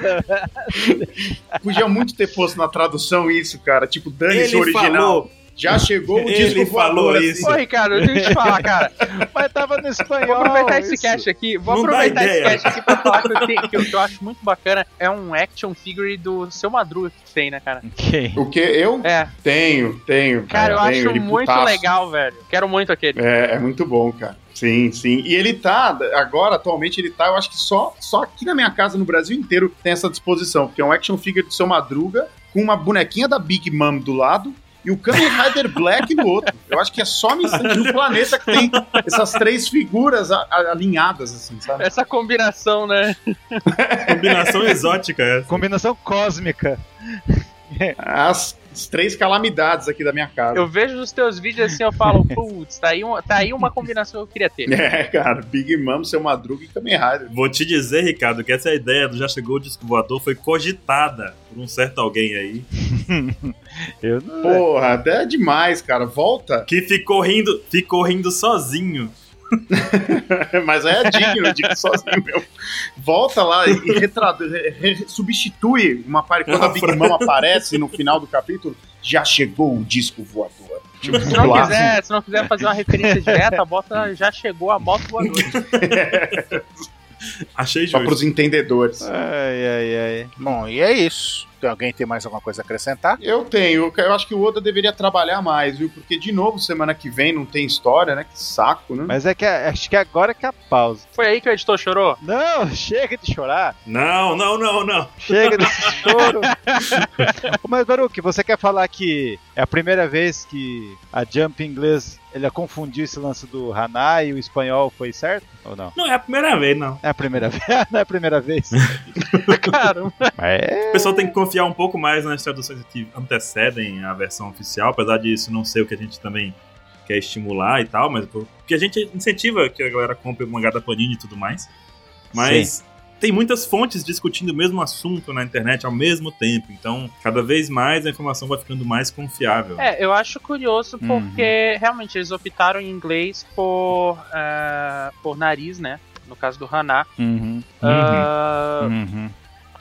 S5: Podia muito ter posto na tradução isso, cara. Tipo, dane-se o
S2: Ele
S5: original.
S2: falou,
S5: Já chegou o
S2: ele
S5: disco voador,
S2: falou
S5: assim.
S2: isso.
S4: Ô, Ricardo, deixa eu te falar, cara.
S3: Mas tava no espanhol.
S4: Vou aproveitar esse
S3: isso.
S4: cash aqui. Vou
S2: Não dá
S4: aproveitar esse
S2: ideia.
S4: cash aqui pra falar que eu, tenho- que eu- que eu acho muito bacana. É um action figure do seu Madruga que tem, né, cara?
S3: Ok.
S5: O que eu
S4: É.
S5: tenho, tenho.
S4: Cara, eu
S5: tenho,
S4: acho
S5: É, ele
S4: muito
S5: putaço.
S4: legal, velho. Quero muito aquele.
S5: É, é muito bom, cara. Sim, sim. E ele tá, agora, atualmente, ele tá, eu acho que só, só aqui na minha casa, no Brasil inteiro, tem essa disposição, porque é um action figure do seu Madruga, com uma bonequinha da Big Mom do lado e o Kamen Rider Black do outro. Eu acho que é só no no planeta que tem essas três figuras a- a- alinhadas, assim, sabe?
S4: Essa combinação, né?
S2: Combinação exótica essa.
S3: Combinação cósmica.
S5: As, as três calamidades aqui da minha casa.
S4: Eu vejo os teus vídeos assim, eu falo, putz, tá aí, uma, tá aí uma combinação que eu queria ter.
S5: É, cara, Big Mom, seu Madruga e Kamen Rider.
S2: Vou te dizer, Ricardo, que essa ideia do Já Chegou o Disco Voador foi cogitada por um certo alguém aí,
S3: Eu não.
S5: Porra, até é demais, cara. Volta.
S2: que ficou rindo, ficou rindo sozinho.
S5: Mas aí é digno, digo sozinho meu. Volta lá e retradu- re- re- substitui uma parte. Quando a Big Mom aparece no final do capítulo, já chegou o disco voador. Tipo,
S4: Se não,
S5: lá.
S4: quiser, se não quiser fazer uma referência direta, bota, já chegou a moto voadora.
S2: Achei
S5: Só
S2: justo.
S5: pros entendedores.
S3: É. Ai, ai, ai.
S1: Bom, e é isso. Tem alguém tem mais alguma coisa a acrescentar?
S5: Eu tenho, eu acho que o Oda deveria trabalhar mais, viu? Porque, de novo, semana que vem não tem história, né? Que saco, né?
S3: Mas é que acho que agora que é a pausa.
S4: Foi aí que o editor chorou?
S3: Não, chega de chorar.
S2: Não, não, não, não.
S3: Chega desse choro. Mas, Baruque, você quer falar que é a primeira vez que a Jump em inglês ele a confundiu esse lance do Haná e o espanhol foi certo? Ou não?
S2: Não é a primeira vez, não.
S3: É a primeira vez. não é a primeira vez.
S4: Caramba.
S3: Mas é.
S2: O pessoal tem que confiar um pouco mais nas traduções que antecedem a versão oficial, apesar disso não ser o que a gente também quer estimular e tal, mas o que a gente incentiva que a galera compre o mangá da Panini e tudo mais. Mas tem muitas fontes discutindo o mesmo assunto na internet ao mesmo tempo, então cada vez mais a informação vai ficando mais confiável.
S4: É, eu acho curioso porque realmente eles optaram em inglês por, ah, por nariz, né? No caso do Haná.
S3: Uhum,
S4: Ah,
S3: uhum.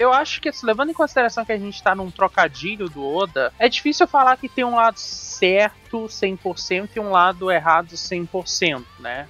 S4: Eu acho que, assim, levando em consideração que a gente tá num trocadilho do Oda, é difícil falar que tem um lado certo 100% e um lado errado 100%, né?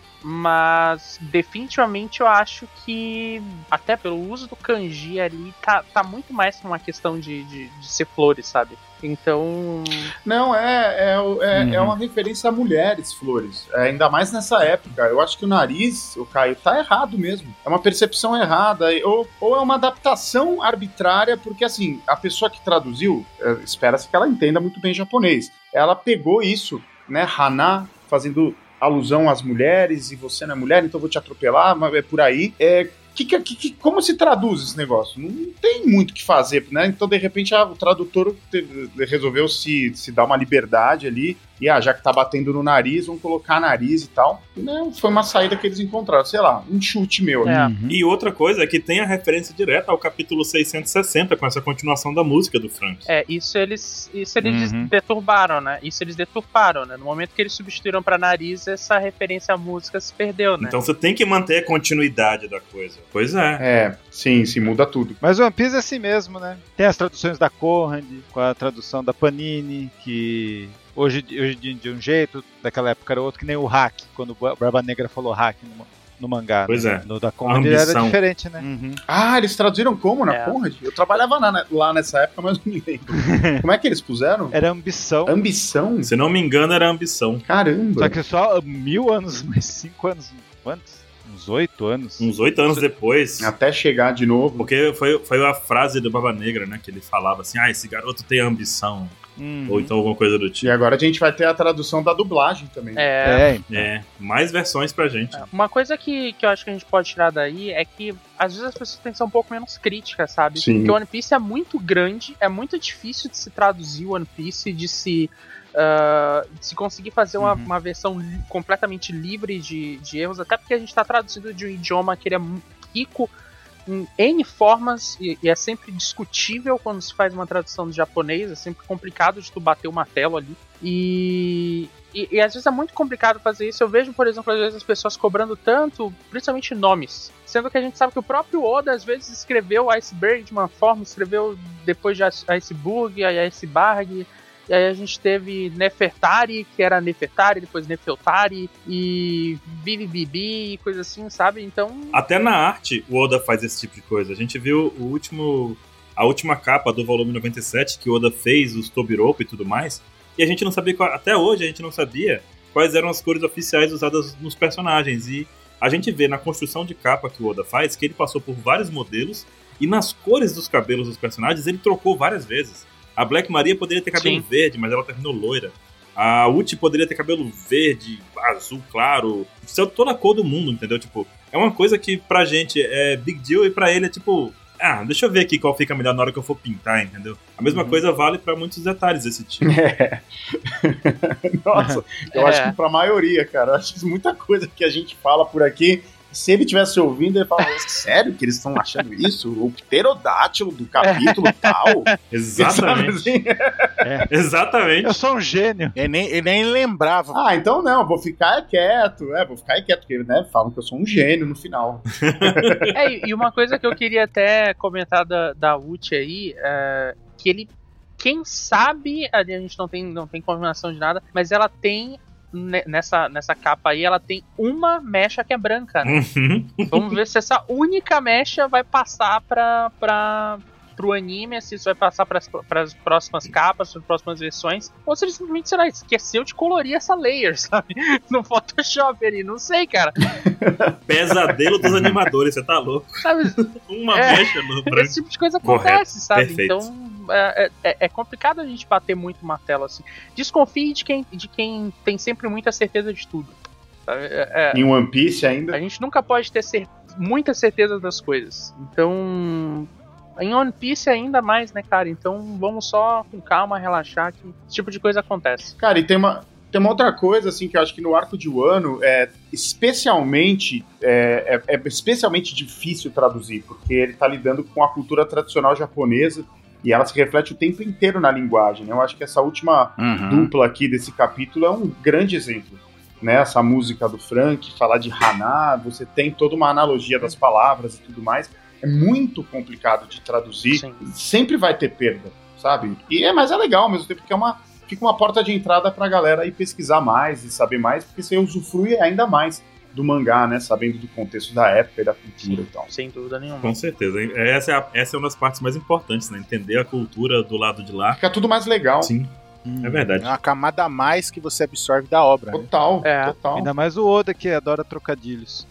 S4: Mas, definitivamente, eu acho que, até pelo uso do kanji ali, tá, tá muito mais que uma questão de, de, de ser flores, sabe? Então,
S5: Não, é, é, o- é,
S3: Uhum.
S5: é uma referência a mulheres, Flores. É, ainda mais nessa época. Eu acho que o nariz, o Caio, tá errado mesmo. É uma percepção errada. e- Ou, ou é uma adaptação arbitrária, porque assim, a pessoa que traduziu, é, espera-se que ela entenda muito bem japonês. Ela pegou isso, né? Hana, fazendo alusão às mulheres, e você não é mulher, então eu vou te atropelar, mas é por aí. É, que, que- que- que- como se traduz esse negócio? Não tem muito o que fazer, né? Então, de repente, ah, o tradutor te- resolveu se, se dar uma liberdade ali. E ah, já que tá batendo no nariz, vamos colocar nariz e tal. Não, foi uma saída que eles encontraram, sei lá, um chute meu.
S4: É.
S3: Uhum.
S2: E outra coisa é que tem a referência direta ao capítulo 660, com essa continuação da música do Frank.
S4: É, isso eles, isso eles
S3: Uhum.
S4: deturbaram, né? Isso eles deturparam, né? No momento que eles substituíram pra nariz, essa referência à música se perdeu, né?
S2: Então você tem que manter a continuidade da coisa. Pois é.
S5: É, sim, sim, muda tudo.
S3: Mas One Piece é assim mesmo, né? Tem as traduções da Conrad, com a tradução da Panini, que hoje, hoje em dia de um jeito, daquela época era outro, que nem o hack, quando o Barba Negra falou hack no, ma- no mangá.
S2: Pois
S3: né?
S2: é.
S3: No da Conrad
S2: Ambição.
S3: era diferente, né?
S5: Ah, eles traduziram como na
S4: É.
S5: Conrad? Eu trabalhava na- lá nessa época, mas não me lembro. Como é que eles puseram?
S3: Era ambição.
S5: Ambição?
S2: Se não me engano, era a ambição.
S3: Só
S5: Caramba.
S3: que só mil anos, mais cinco anos, quantos? Uns oito anos?
S2: Uns oito anos depois.
S5: Até chegar de novo.
S2: Porque foi, foi a frase do Baba Negra, né? Que ele falava assim: ah, esse garoto tem ambição.
S3: Uhum.
S2: Ou então alguma coisa do
S5: E
S2: tipo.
S5: agora a gente vai ter a tradução da dublagem também.
S4: É,
S3: É, então.
S2: É, mais versões pra gente.
S4: Uma coisa que, que eu acho que a gente pode tirar daí é que às vezes as pessoas têm que ser um pouco menos críticas, sabe?
S5: Sim.
S4: Porque o One Piece é muito grande, é muito difícil de se traduzir o One Piece, de se, ah, de se conseguir fazer uma,
S3: Uhum.
S4: uma versão li- completamente livre de, de erros, até porque a gente está traduzido de um idioma que ele é mu- rico em N formas e, e é sempre discutível quando se faz uma tradução do japonês, é sempre complicado de tu bater o martelo ali. E, e, e às vezes é muito complicado fazer isso. Eu vejo, por exemplo, às vezes as pessoas cobrando tanto, principalmente nomes. Sendo que a gente sabe que o próprio Oda às vezes escreveu iceberg de uma forma, escreveu depois de Ice- iceberg, aí é iceberg. E aí a gente teve Nefertari, que era Nefertari, depois Nefeltari, e Bibi Bibi, e coisa assim, sabe? Então.
S2: Até na arte, o Oda faz esse tipo de coisa. A gente viu o último. A última capa do volume 97 que o Oda fez, os Tobiropo e tudo mais. E a gente não sabia. Qual, até hoje a gente não sabia quais eram as cores oficiais usadas nos personagens. E a gente vê na construção de capa que o Oda faz que ele passou por vários modelos e nas cores dos cabelos dos personagens ele trocou várias vezes. A Black Maria poderia ter cabelo
S4: Sim.
S2: verde, mas ela terminou loira. A Uchi poderia ter cabelo verde, azul claro, isso é toda a cor do mundo, entendeu? Tipo, é uma coisa que pra gente é big deal e pra ele é tipo, ah, deixa eu ver aqui qual fica melhor na hora que eu for pintar, entendeu? A mesma coisa vale pra muitos detalhes desse tipo.
S5: Nossa, eu
S4: É.
S5: acho que pra maioria, cara, eu acho que muita coisa que a gente fala por aqui, se ele tivesse ouvindo, ele falava, sério que eles estão achando isso? O pterodátilo do capítulo tal?
S2: Exatamente.
S5: Sabe assim?
S2: Exatamente.
S3: Eu sou um gênio.
S1: Ele nem, ele nem lembrava.
S5: Ah, então não, vou ficar quieto, é, vou ficar quieto, porque, né, falam que eu sou um gênio no final.
S4: É, e- e uma coisa que eu queria até comentar da, da Uchi aí, é, que ele, quem sabe, ali a gente não tem, não tem combinação de nada, mas ela tem, ne- nessa, nessa capa aí, ela tem uma mecha que é branca, né?
S2: Uhum.
S4: Vamos ver se essa única mecha vai passar pra, pra, pro anime, se isso vai passar pras, pras próximas capas, pras próximas versões, ou se ele simplesmente, sei lá, esqueceu de colorir essa layer, sabe? No Photoshop ali, não sei, cara.
S2: Pesadelo dos animadores, você tá louco.
S4: Sabe,
S2: Uma
S4: É.
S2: mecha no branco.
S4: Esse tipo de coisa
S2: Correto.
S4: acontece, sabe?
S2: Perfeito.
S4: Então é, é- é complicado a gente bater muito o martelo assim. Desconfie de quem, de quem tem sempre muita certeza de tudo. sabe? É-
S5: Em One Piece
S4: é,
S5: ainda.
S4: a gente nunca pode ter cer muita certeza das coisas. Então. Em One Piece ainda mais, né, cara? Então vamos só com calma, relaxar, que esse tipo de coisa acontece.
S5: Cara, e tem uma, tem uma outra coisa, assim, que eu acho que no arco de Wano é especialmente, é, é- é especialmente difícil traduzir, porque ele tá lidando com a cultura tradicional japonesa e ela se reflete o tempo inteiro na linguagem, né? Eu acho que essa última
S1: Uhum.
S5: dupla aqui desse capítulo é um grande exemplo. Né, essa música do Frank, falar de Haná, você tem toda uma analogia das palavras e tudo mais. É muito complicado de traduzir.
S4: Sim.
S5: Sempre vai ter perda, sabe? E é, mas é legal ao mesmo tempo, porque é uma, fica uma porta de entrada pra galera ir pesquisar mais e saber mais, porque você usufrui ainda mais do mangá, né? Sabendo do contexto da época e da cultura e tal.
S4: Sem dúvida nenhuma.
S2: Com certeza. hein? Essa é, a- essa é uma das partes mais importantes, né? Entender a cultura do lado de lá.
S5: Fica tudo mais legal.
S2: Sim.
S5: Hum.
S2: É verdade.
S1: É uma camada a mais que você absorve da obra. né?
S5: Total,
S4: É.
S5: total.
S3: Ainda mais o Oda que adora trocadilhos.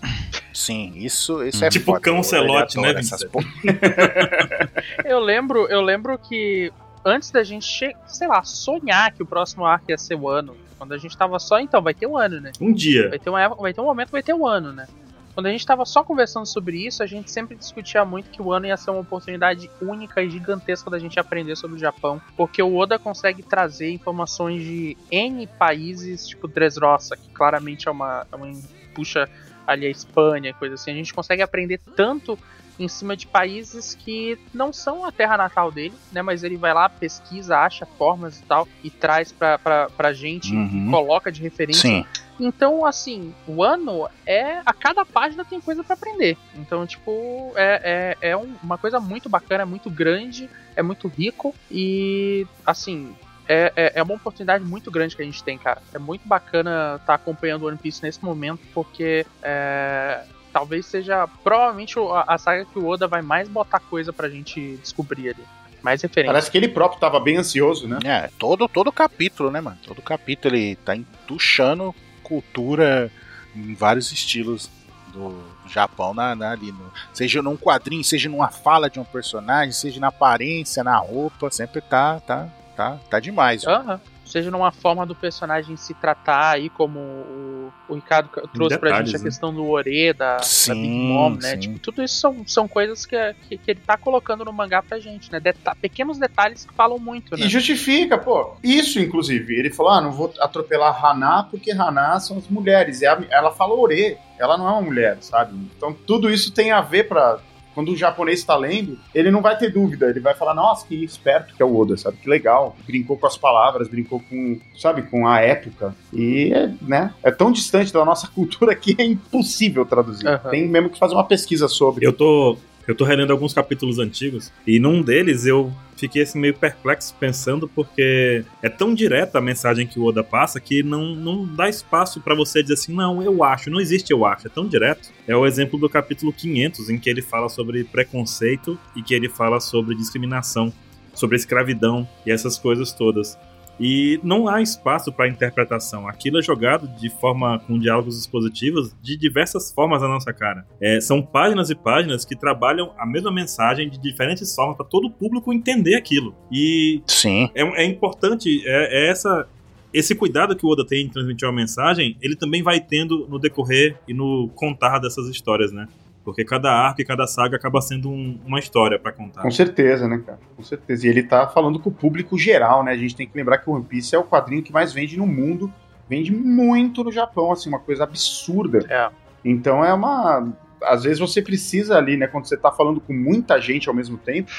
S1: Sim, isso, isso é
S2: Tipo
S1: foda.
S2: cão
S1: Ele
S2: celote,
S1: adora
S2: né,
S1: essas
S2: Vincent?
S1: porra.
S4: Eu lembro, eu lembro que antes da gente, che- sei lá, sonhar que o próximo arco ia ser o ano, quando a gente tava só, então, vai ter um ano, né?
S2: Um dia.
S4: Vai ter, uma época, vai ter um momento, vai ter um ano, né? Quando a gente tava só conversando sobre isso, a gente sempre discutia muito que o ano ia ser uma oportunidade única e gigantesca da gente aprender sobre o Japão, porque o Oda consegue trazer informações de N países, tipo Dressrosa, que claramente é uma, é uma puxa ali a Espanha, coisa assim. A gente consegue aprender tanto em cima de países que não são a terra natal dele, né? Mas ele vai lá, pesquisa, acha formas e tal, e traz pra, pra, pra gente,
S1: Uhum. né?
S4: coloca de referência.
S1: Sim.
S4: Então, assim, o ano é. A cada página tem coisa pra aprender. Então, tipo, é, é, é um- uma coisa muito bacana, é muito grande, é muito rico e, assim. É, é, é uma oportunidade muito grande que a gente tem, cara. É muito bacana estar acompanhando o One Piece nesse momento, porque é, talvez seja provavelmente o- a, a saga que o Oda vai mais botar coisa pra gente descobrir ali. Mais referência.
S5: Parece que ele próprio tava bem ansioso, né?
S1: É, todo, todo capítulo, né, mano? Todo capítulo ele tá entuchando cultura em vários estilos do, do Japão na, na- ali. no- seja num quadrinho, seja numa fala de um personagem, seja na aparência, na roupa. Sempre tá, tá, tá, tá demais. mano.
S4: Aham. Seja numa forma do personagem se tratar aí, como o, o Ricardo ca- trouxe pra
S2: detalhes,
S4: gente a
S2: né?
S4: questão do Ore, da, da Big
S1: Sim,
S4: Mom, né?
S1: sim.
S4: Tipo, tudo isso são, são coisas que, que, que ele tá colocando no mangá pra gente, né? Deta- pequenos detalhes que falam muito, né?
S5: E justifica, pô. Isso, inclusive. Ele falou: ah, não vou atropelar Haná, porque Haná são as mulheres. E a- ela fala Ore, ela não é uma mulher, sabe? Então tudo isso tem a ver pra. Quando o japonês tá lendo, ele não vai ter dúvida. Ele vai falar, nossa, que esperto que é o Oda, sabe? Que legal. Brincou com as palavras, brincou com, sabe, com a época. E, é, né? É tão distante da nossa cultura que é impossível traduzir.
S4: Aham.
S5: Tem mesmo que fazer uma pesquisa sobre.
S2: Eu tô, eu tô relendo alguns capítulos antigos e num deles eu fiquei assim meio perplexo pensando porque é tão direta a mensagem que o Oda passa que não, não dá espaço pra você dizer assim, não, eu acho, não existe eu acho, é tão direto. É o exemplo do capítulo 500 em que ele fala sobre preconceito e que ele fala sobre discriminação, sobre escravidão e essas coisas todas. E não há espaço para interpretação. Aquilo é jogado de forma com diálogos expositivos de diversas formas na nossa cara. É, são páginas e páginas que trabalham a mesma mensagem de diferentes formas para todo o público entender aquilo. E
S1: Sim.
S2: é, é importante é, é essa esse cuidado que o Oda tem em transmitir uma mensagem, ele também vai tendo no decorrer e no contar dessas histórias, né? Porque cada arco e cada saga acaba sendo um- uma história pra contar.
S5: Com certeza, né, cara? Com certeza. E ele tá falando com o público geral, né? A gente tem que lembrar que o One Piece é o quadrinho que mais vende no mundo. Vende muito no Japão, assim, uma coisa absurda.
S4: É.
S5: Então é uma. Às vezes você precisa ali, né? Quando você tá falando com muita gente ao mesmo tempo,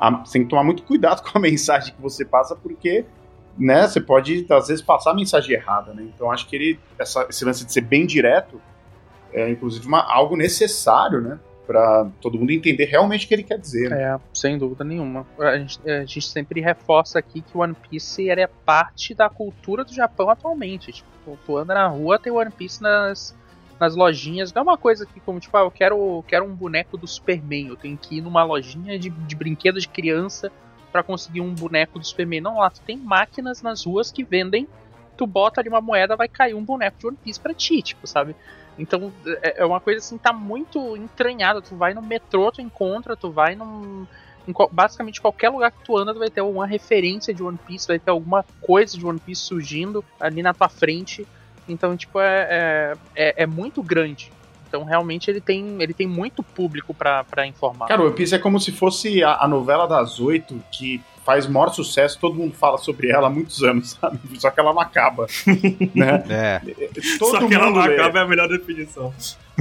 S5: a- você tem que tomar muito cuidado com a mensagem que você passa, porque, né? Você pode, às vezes, passar a mensagem errada, né? Então acho que ele. essa- esse lance de ser bem direto é, inclusive, uma- algo necessário, né? Pra todo mundo entender realmente o que ele quer dizer. né?
S4: É, sem dúvida nenhuma. A gente, é, a gente sempre reforça aqui que o One Piece ele é parte da cultura do Japão atualmente. Tipo, tu anda na rua, tem One Piece nas, nas lojinhas. Não é uma coisa que, como, tipo, ah, eu quero, quero um boneco do Superman. Eu tenho que ir numa lojinha de, de brinquedo de criança pra conseguir um boneco do Superman. Não, lá tu tem máquinas nas ruas que vendem. Tu bota ali uma moeda, vai cair um boneco de One Piece pra ti, tipo, sabe? Então é é uma coisa assim, tá muito entranhada. Tu vai no metrô, tu encontra, tu vai num. em qual- basicamente qualquer lugar que tu anda, tu vai ter uma referência de One Piece, vai ter alguma coisa de One Piece surgindo ali na tua frente. Então, tipo, é, é, é- é muito grande. Então realmente ele tem, ele tem muito público pra pra informar.
S5: Cara, o One Piece é como se fosse a, a novela das oito que faz maior sucesso, todo mundo fala sobre ela há muitos anos, sabe? Só que ela não acaba. né?
S3: É.
S5: Todo
S2: Só que ela
S5: mundo
S2: não
S5: lê.
S2: acaba é a melhor definição.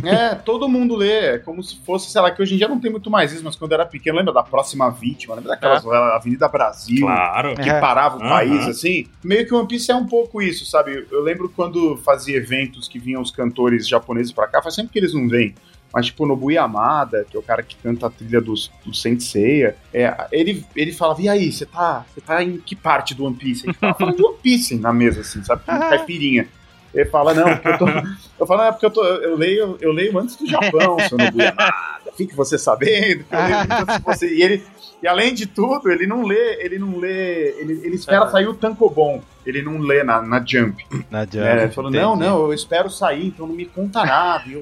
S5: É, todo mundo lê. É como se fosse, sei lá, que hoje em dia não tem muito mais isso, mas quando eu era pequeno, lembra da próxima vítima, lembra daquelas novelas Avenida Brasil?
S2: É. Claro.
S5: que
S3: É.
S5: parava o
S2: Aham.
S5: país, assim. Meio que One Piece é um pouco isso, sabe? Eu lembro quando fazia eventos que vinham os cantores japoneses pra cá, faz sempre que eles não vêm. Mas, tipo, Nobu Yamada, que é o cara que canta a trilha dos, do Senseiya, é, ele, ele falava, e aí, você tá, você tá em que parte do One Piece? Ele tava falando de One Piece na mesa, assim, sabe? Com caipirinha. Ele fala, não, porque eu tô... Eu falo, é porque eu, tô, eu, leio, eu leio antes do Japão, seu Nobu Yamada. Fique você sabendo. que eu leio antes de você. E ele e além de tudo, ele não lê, ele não lê, ele, ele espera
S4: É.
S5: sair o Tankobon. Ele não lê na, na Jump.
S3: Não adianta.
S5: né? Ele falou, não,
S3: entendi.
S5: não, eu espero sair, então não me conta nada. E Eu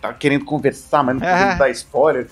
S5: tá querendo conversar, mas não
S3: Ah.
S5: querendo dar spoiler.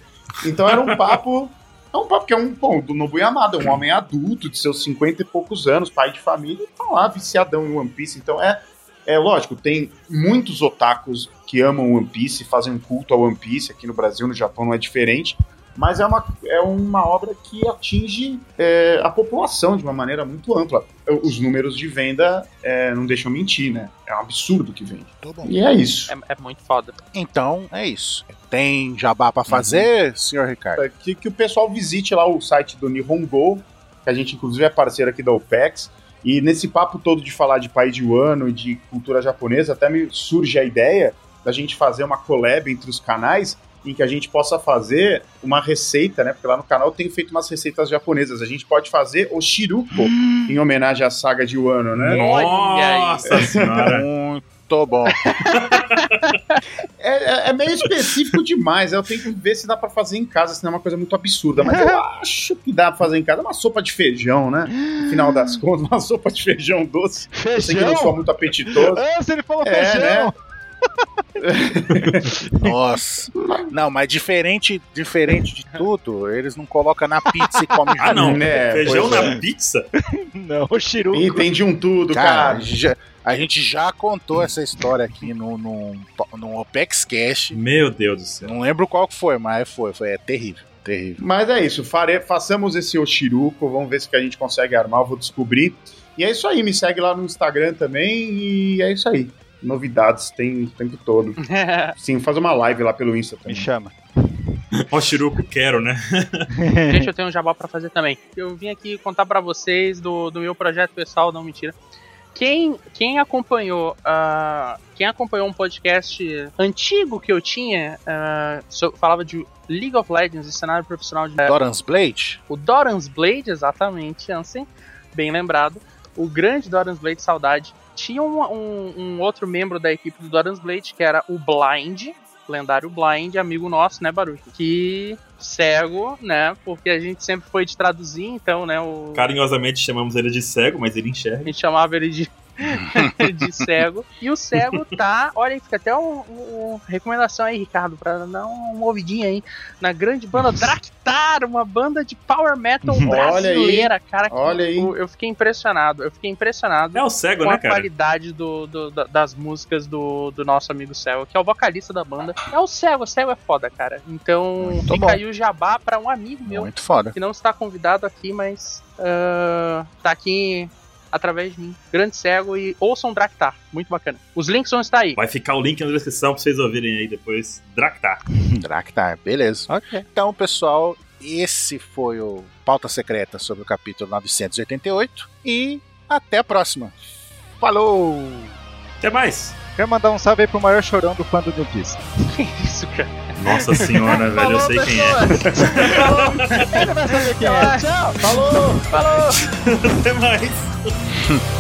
S5: Então era um papo. É um papo que é um bom, do Nobu Yamada, um homem adulto, de seus 50 e poucos anos, pai de família, e tá lá viciadão em One Piece. Então é. É lógico, tem muitos otakus que amam One Piece, fazem um culto ao One Piece, aqui no Brasil, no Japão não é diferente, mas é uma, é uma obra que atinge é, a população de uma maneira muito ampla. Os números de venda é, não deixam mentir, né? É um absurdo que vende.
S1: Tô bom.
S5: E é isso.
S4: É, é muito foda.
S1: Então, é isso. Tem jabá pra fazer, senhor Ricardo?
S5: É, que, que o pessoal visite lá o site do Nihongo, que a gente inclusive é parceiro aqui da OPEX. E nesse papo todo de falar de país de Wano e de cultura japonesa, até me surge a ideia da gente fazer uma collab entre os canais em que a gente possa fazer uma receita, né? Porque lá no canal tem feito umas receitas japonesas. A gente pode fazer o shiruko, em homenagem à saga de Wano, né?
S2: Nossa senhora.
S1: Muito bom.
S5: É, é- é meio específico demais. Eu tenho que ver se dá pra fazer em casa, senão é uma coisa muito absurda. Mas eu acho que dá pra fazer em casa. Uma sopa de feijão, né? No final das contas, uma sopa de feijão doce. Eu sei que não sou
S3: Feijão?
S5: muito apetitoso.
S3: Antes ele falou
S5: É,
S3: feijão.
S1: Nossa. Não, mas diferente, diferente de tudo, eles não colocam na pizza e comem
S2: Ah, não.
S5: Né,
S2: Feijão
S5: pois
S2: na
S5: é.
S2: pizza?
S3: Não, o Chiru.
S5: Entendi um tudo,
S1: Cara,
S5: cara.
S1: já- a gente já contou essa história aqui no, no, no Opex Cash.
S2: Meu Deus do céu.
S1: Não lembro qual que foi, mas foi. foi é terrível, terrível.
S5: Mas é isso, fare- façamos esse Oshiruko, vamos ver se que a gente consegue armar, eu vou descobrir. E é isso aí, me segue lá no Instagram também e é isso aí. Novidades tem o tempo todo.
S2: Hum.
S5: Sim, faz uma live lá pelo Insta
S3: Me
S5: também.
S3: chama.
S2: Ó, Chiruco, quero, né?
S4: Gente, eu tenho um jabá pra fazer também. Eu vim aqui contar pra vocês do, do meu projeto pessoal, não mentira. Quem, quem acompanhou ah, quem acompanhou um podcast antigo que eu tinha, ah, so- falava de League of Legends e cenário profissional de
S1: Doran's Blade?
S4: o Doran's Blade, exatamente, Ansem, bem lembrado. O grande Doran's Blade, saudade. Tinha um, um- um outro membro da equipe do Doran's Blade, que era o Blind, lendário Blind, amigo nosso, né, Baruch? Que cego, né? Porque a gente sempre foi de traduzir, então, né? O...
S2: Carinhosamente chamamos ele de cego, mas ele
S4: A
S2: enxerga.
S4: gente chamava ele de, de cego. E o cego tá. Olha aí, fica até um- um- uma recomendação aí, Ricardo, pra dar um, uma ouvidinha aí. Na grande banda Dractar, uma banda de power metal
S5: Olha aí,
S4: brasileira, cara. que
S5: olha aí.
S4: Eu, eu fiquei impressionado. Eu fiquei impressionado.
S2: É o cego,
S4: Com
S2: né,
S4: a
S2: cara?
S4: qualidade do, do- da- das músicas do, do nosso amigo Cego, que é o vocalista da banda. É o Cego, o Cego é foda, cara. Então
S1: Muito
S4: fica
S1: bom.
S4: aí o jabá pra um amigo meu
S1: Muito foda.
S4: que não está convidado aqui, mas ah, tá aqui através de mim. Grande cego e ouçam Draktar. Muito bacana. Os links vão estar aí.
S2: Vai ficar o link na descrição pra vocês ouvirem aí depois. Dractar.
S1: Dractar, beleza.
S3: Ok.
S1: Então, pessoal, esse foi o Pauta Secreta sobre o capítulo 988 e até a próxima. Falou!
S2: Até mais.
S3: Quero mandar um salve aí pro maior chorão do fã do New Kids.
S4: Que isso, cara?
S2: Nossa senhora, velho, eu sei quem é.
S4: Ele vai saber quem é. Tchau. Falou. Falou.
S2: Até mais.